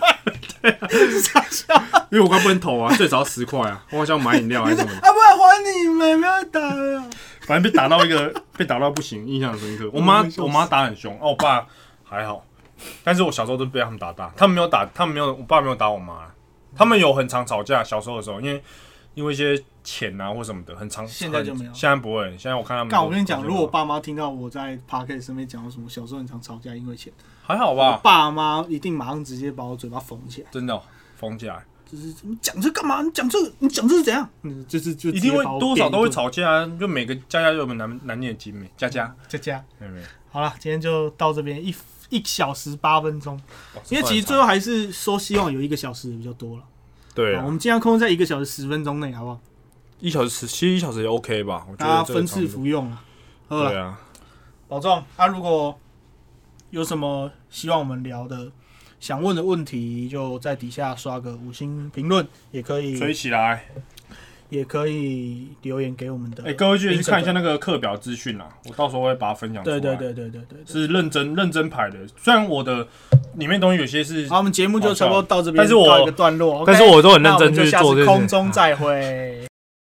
Speaker 2: 傻笑，啊
Speaker 1: 因为我快奔头啊，最少要十块啊，我好像买饮料还是什么的。
Speaker 2: 不然还你们，不要打了。
Speaker 1: 反正被打到一个 被打到不行，印象深刻。我妈
Speaker 2: 我会笑死
Speaker 1: 我妈打很凶，哦，我爸还好，但是我小时候都被他们打大，他们没有打，他们没有，我爸没有打我妈，他们有很常吵架，小时候的时候，因为因为一些钱啊或什么的，很常。
Speaker 2: 现在就没有
Speaker 1: 很现在不会，现在我看他们都。
Speaker 2: 干，我跟你讲，
Speaker 1: 都
Speaker 2: 如果我爸妈听到我在 p a r k e t 上面讲到什么小时候很常吵架，因为钱，
Speaker 1: 还好
Speaker 2: 我
Speaker 1: 吧，
Speaker 2: 爸妈一定马上直接把我嘴巴缝起来，
Speaker 1: 真的哦封起来，
Speaker 2: 就是你讲这干嘛？你讲这个，你讲这是怎样？嗯，就是就
Speaker 1: 一定会多少都会
Speaker 2: 吵。
Speaker 1: 吵架啊，就每个家家有本难难念的经美，家家
Speaker 2: 佳佳，
Speaker 1: 没有没有，
Speaker 2: 好了，今天就到这边一一小时八分钟。
Speaker 1: 哇
Speaker 2: 因为其实最后还是说希望有一个小时比较多了，
Speaker 1: 对
Speaker 2: 好
Speaker 1: 啊
Speaker 2: 我，们尽量控制在一个小时十分钟内，好不好？
Speaker 1: 一小时其实一小时也 OK 吧，我觉
Speaker 2: 大
Speaker 1: 得
Speaker 2: 家
Speaker 1: 这个
Speaker 2: 分次
Speaker 1: 长度
Speaker 2: 服用啊，好
Speaker 1: 对
Speaker 2: 了，
Speaker 1: 啊，
Speaker 2: 保重啊！如果有什么希望我们聊的、想嗯问的问题，就在底下刷个五星评论，也可以
Speaker 1: 吹起来。
Speaker 2: 也可以留言给我们的。
Speaker 1: 哎、各位记得去看一下那个课表资讯啦，我到时候会把它分享出来。
Speaker 2: 对对对对对对对。
Speaker 1: 啊是认真认真排的。虽然我的里面东西有些是
Speaker 2: 好，我们节目就差不多到这边，
Speaker 1: 但是我
Speaker 2: 告一个段落。
Speaker 3: 但是
Speaker 2: OK，
Speaker 3: 我都很认
Speaker 2: 那我们
Speaker 3: 真去
Speaker 2: 就下
Speaker 3: 做
Speaker 2: 次
Speaker 3: 这件事嗯
Speaker 2: 空中再会。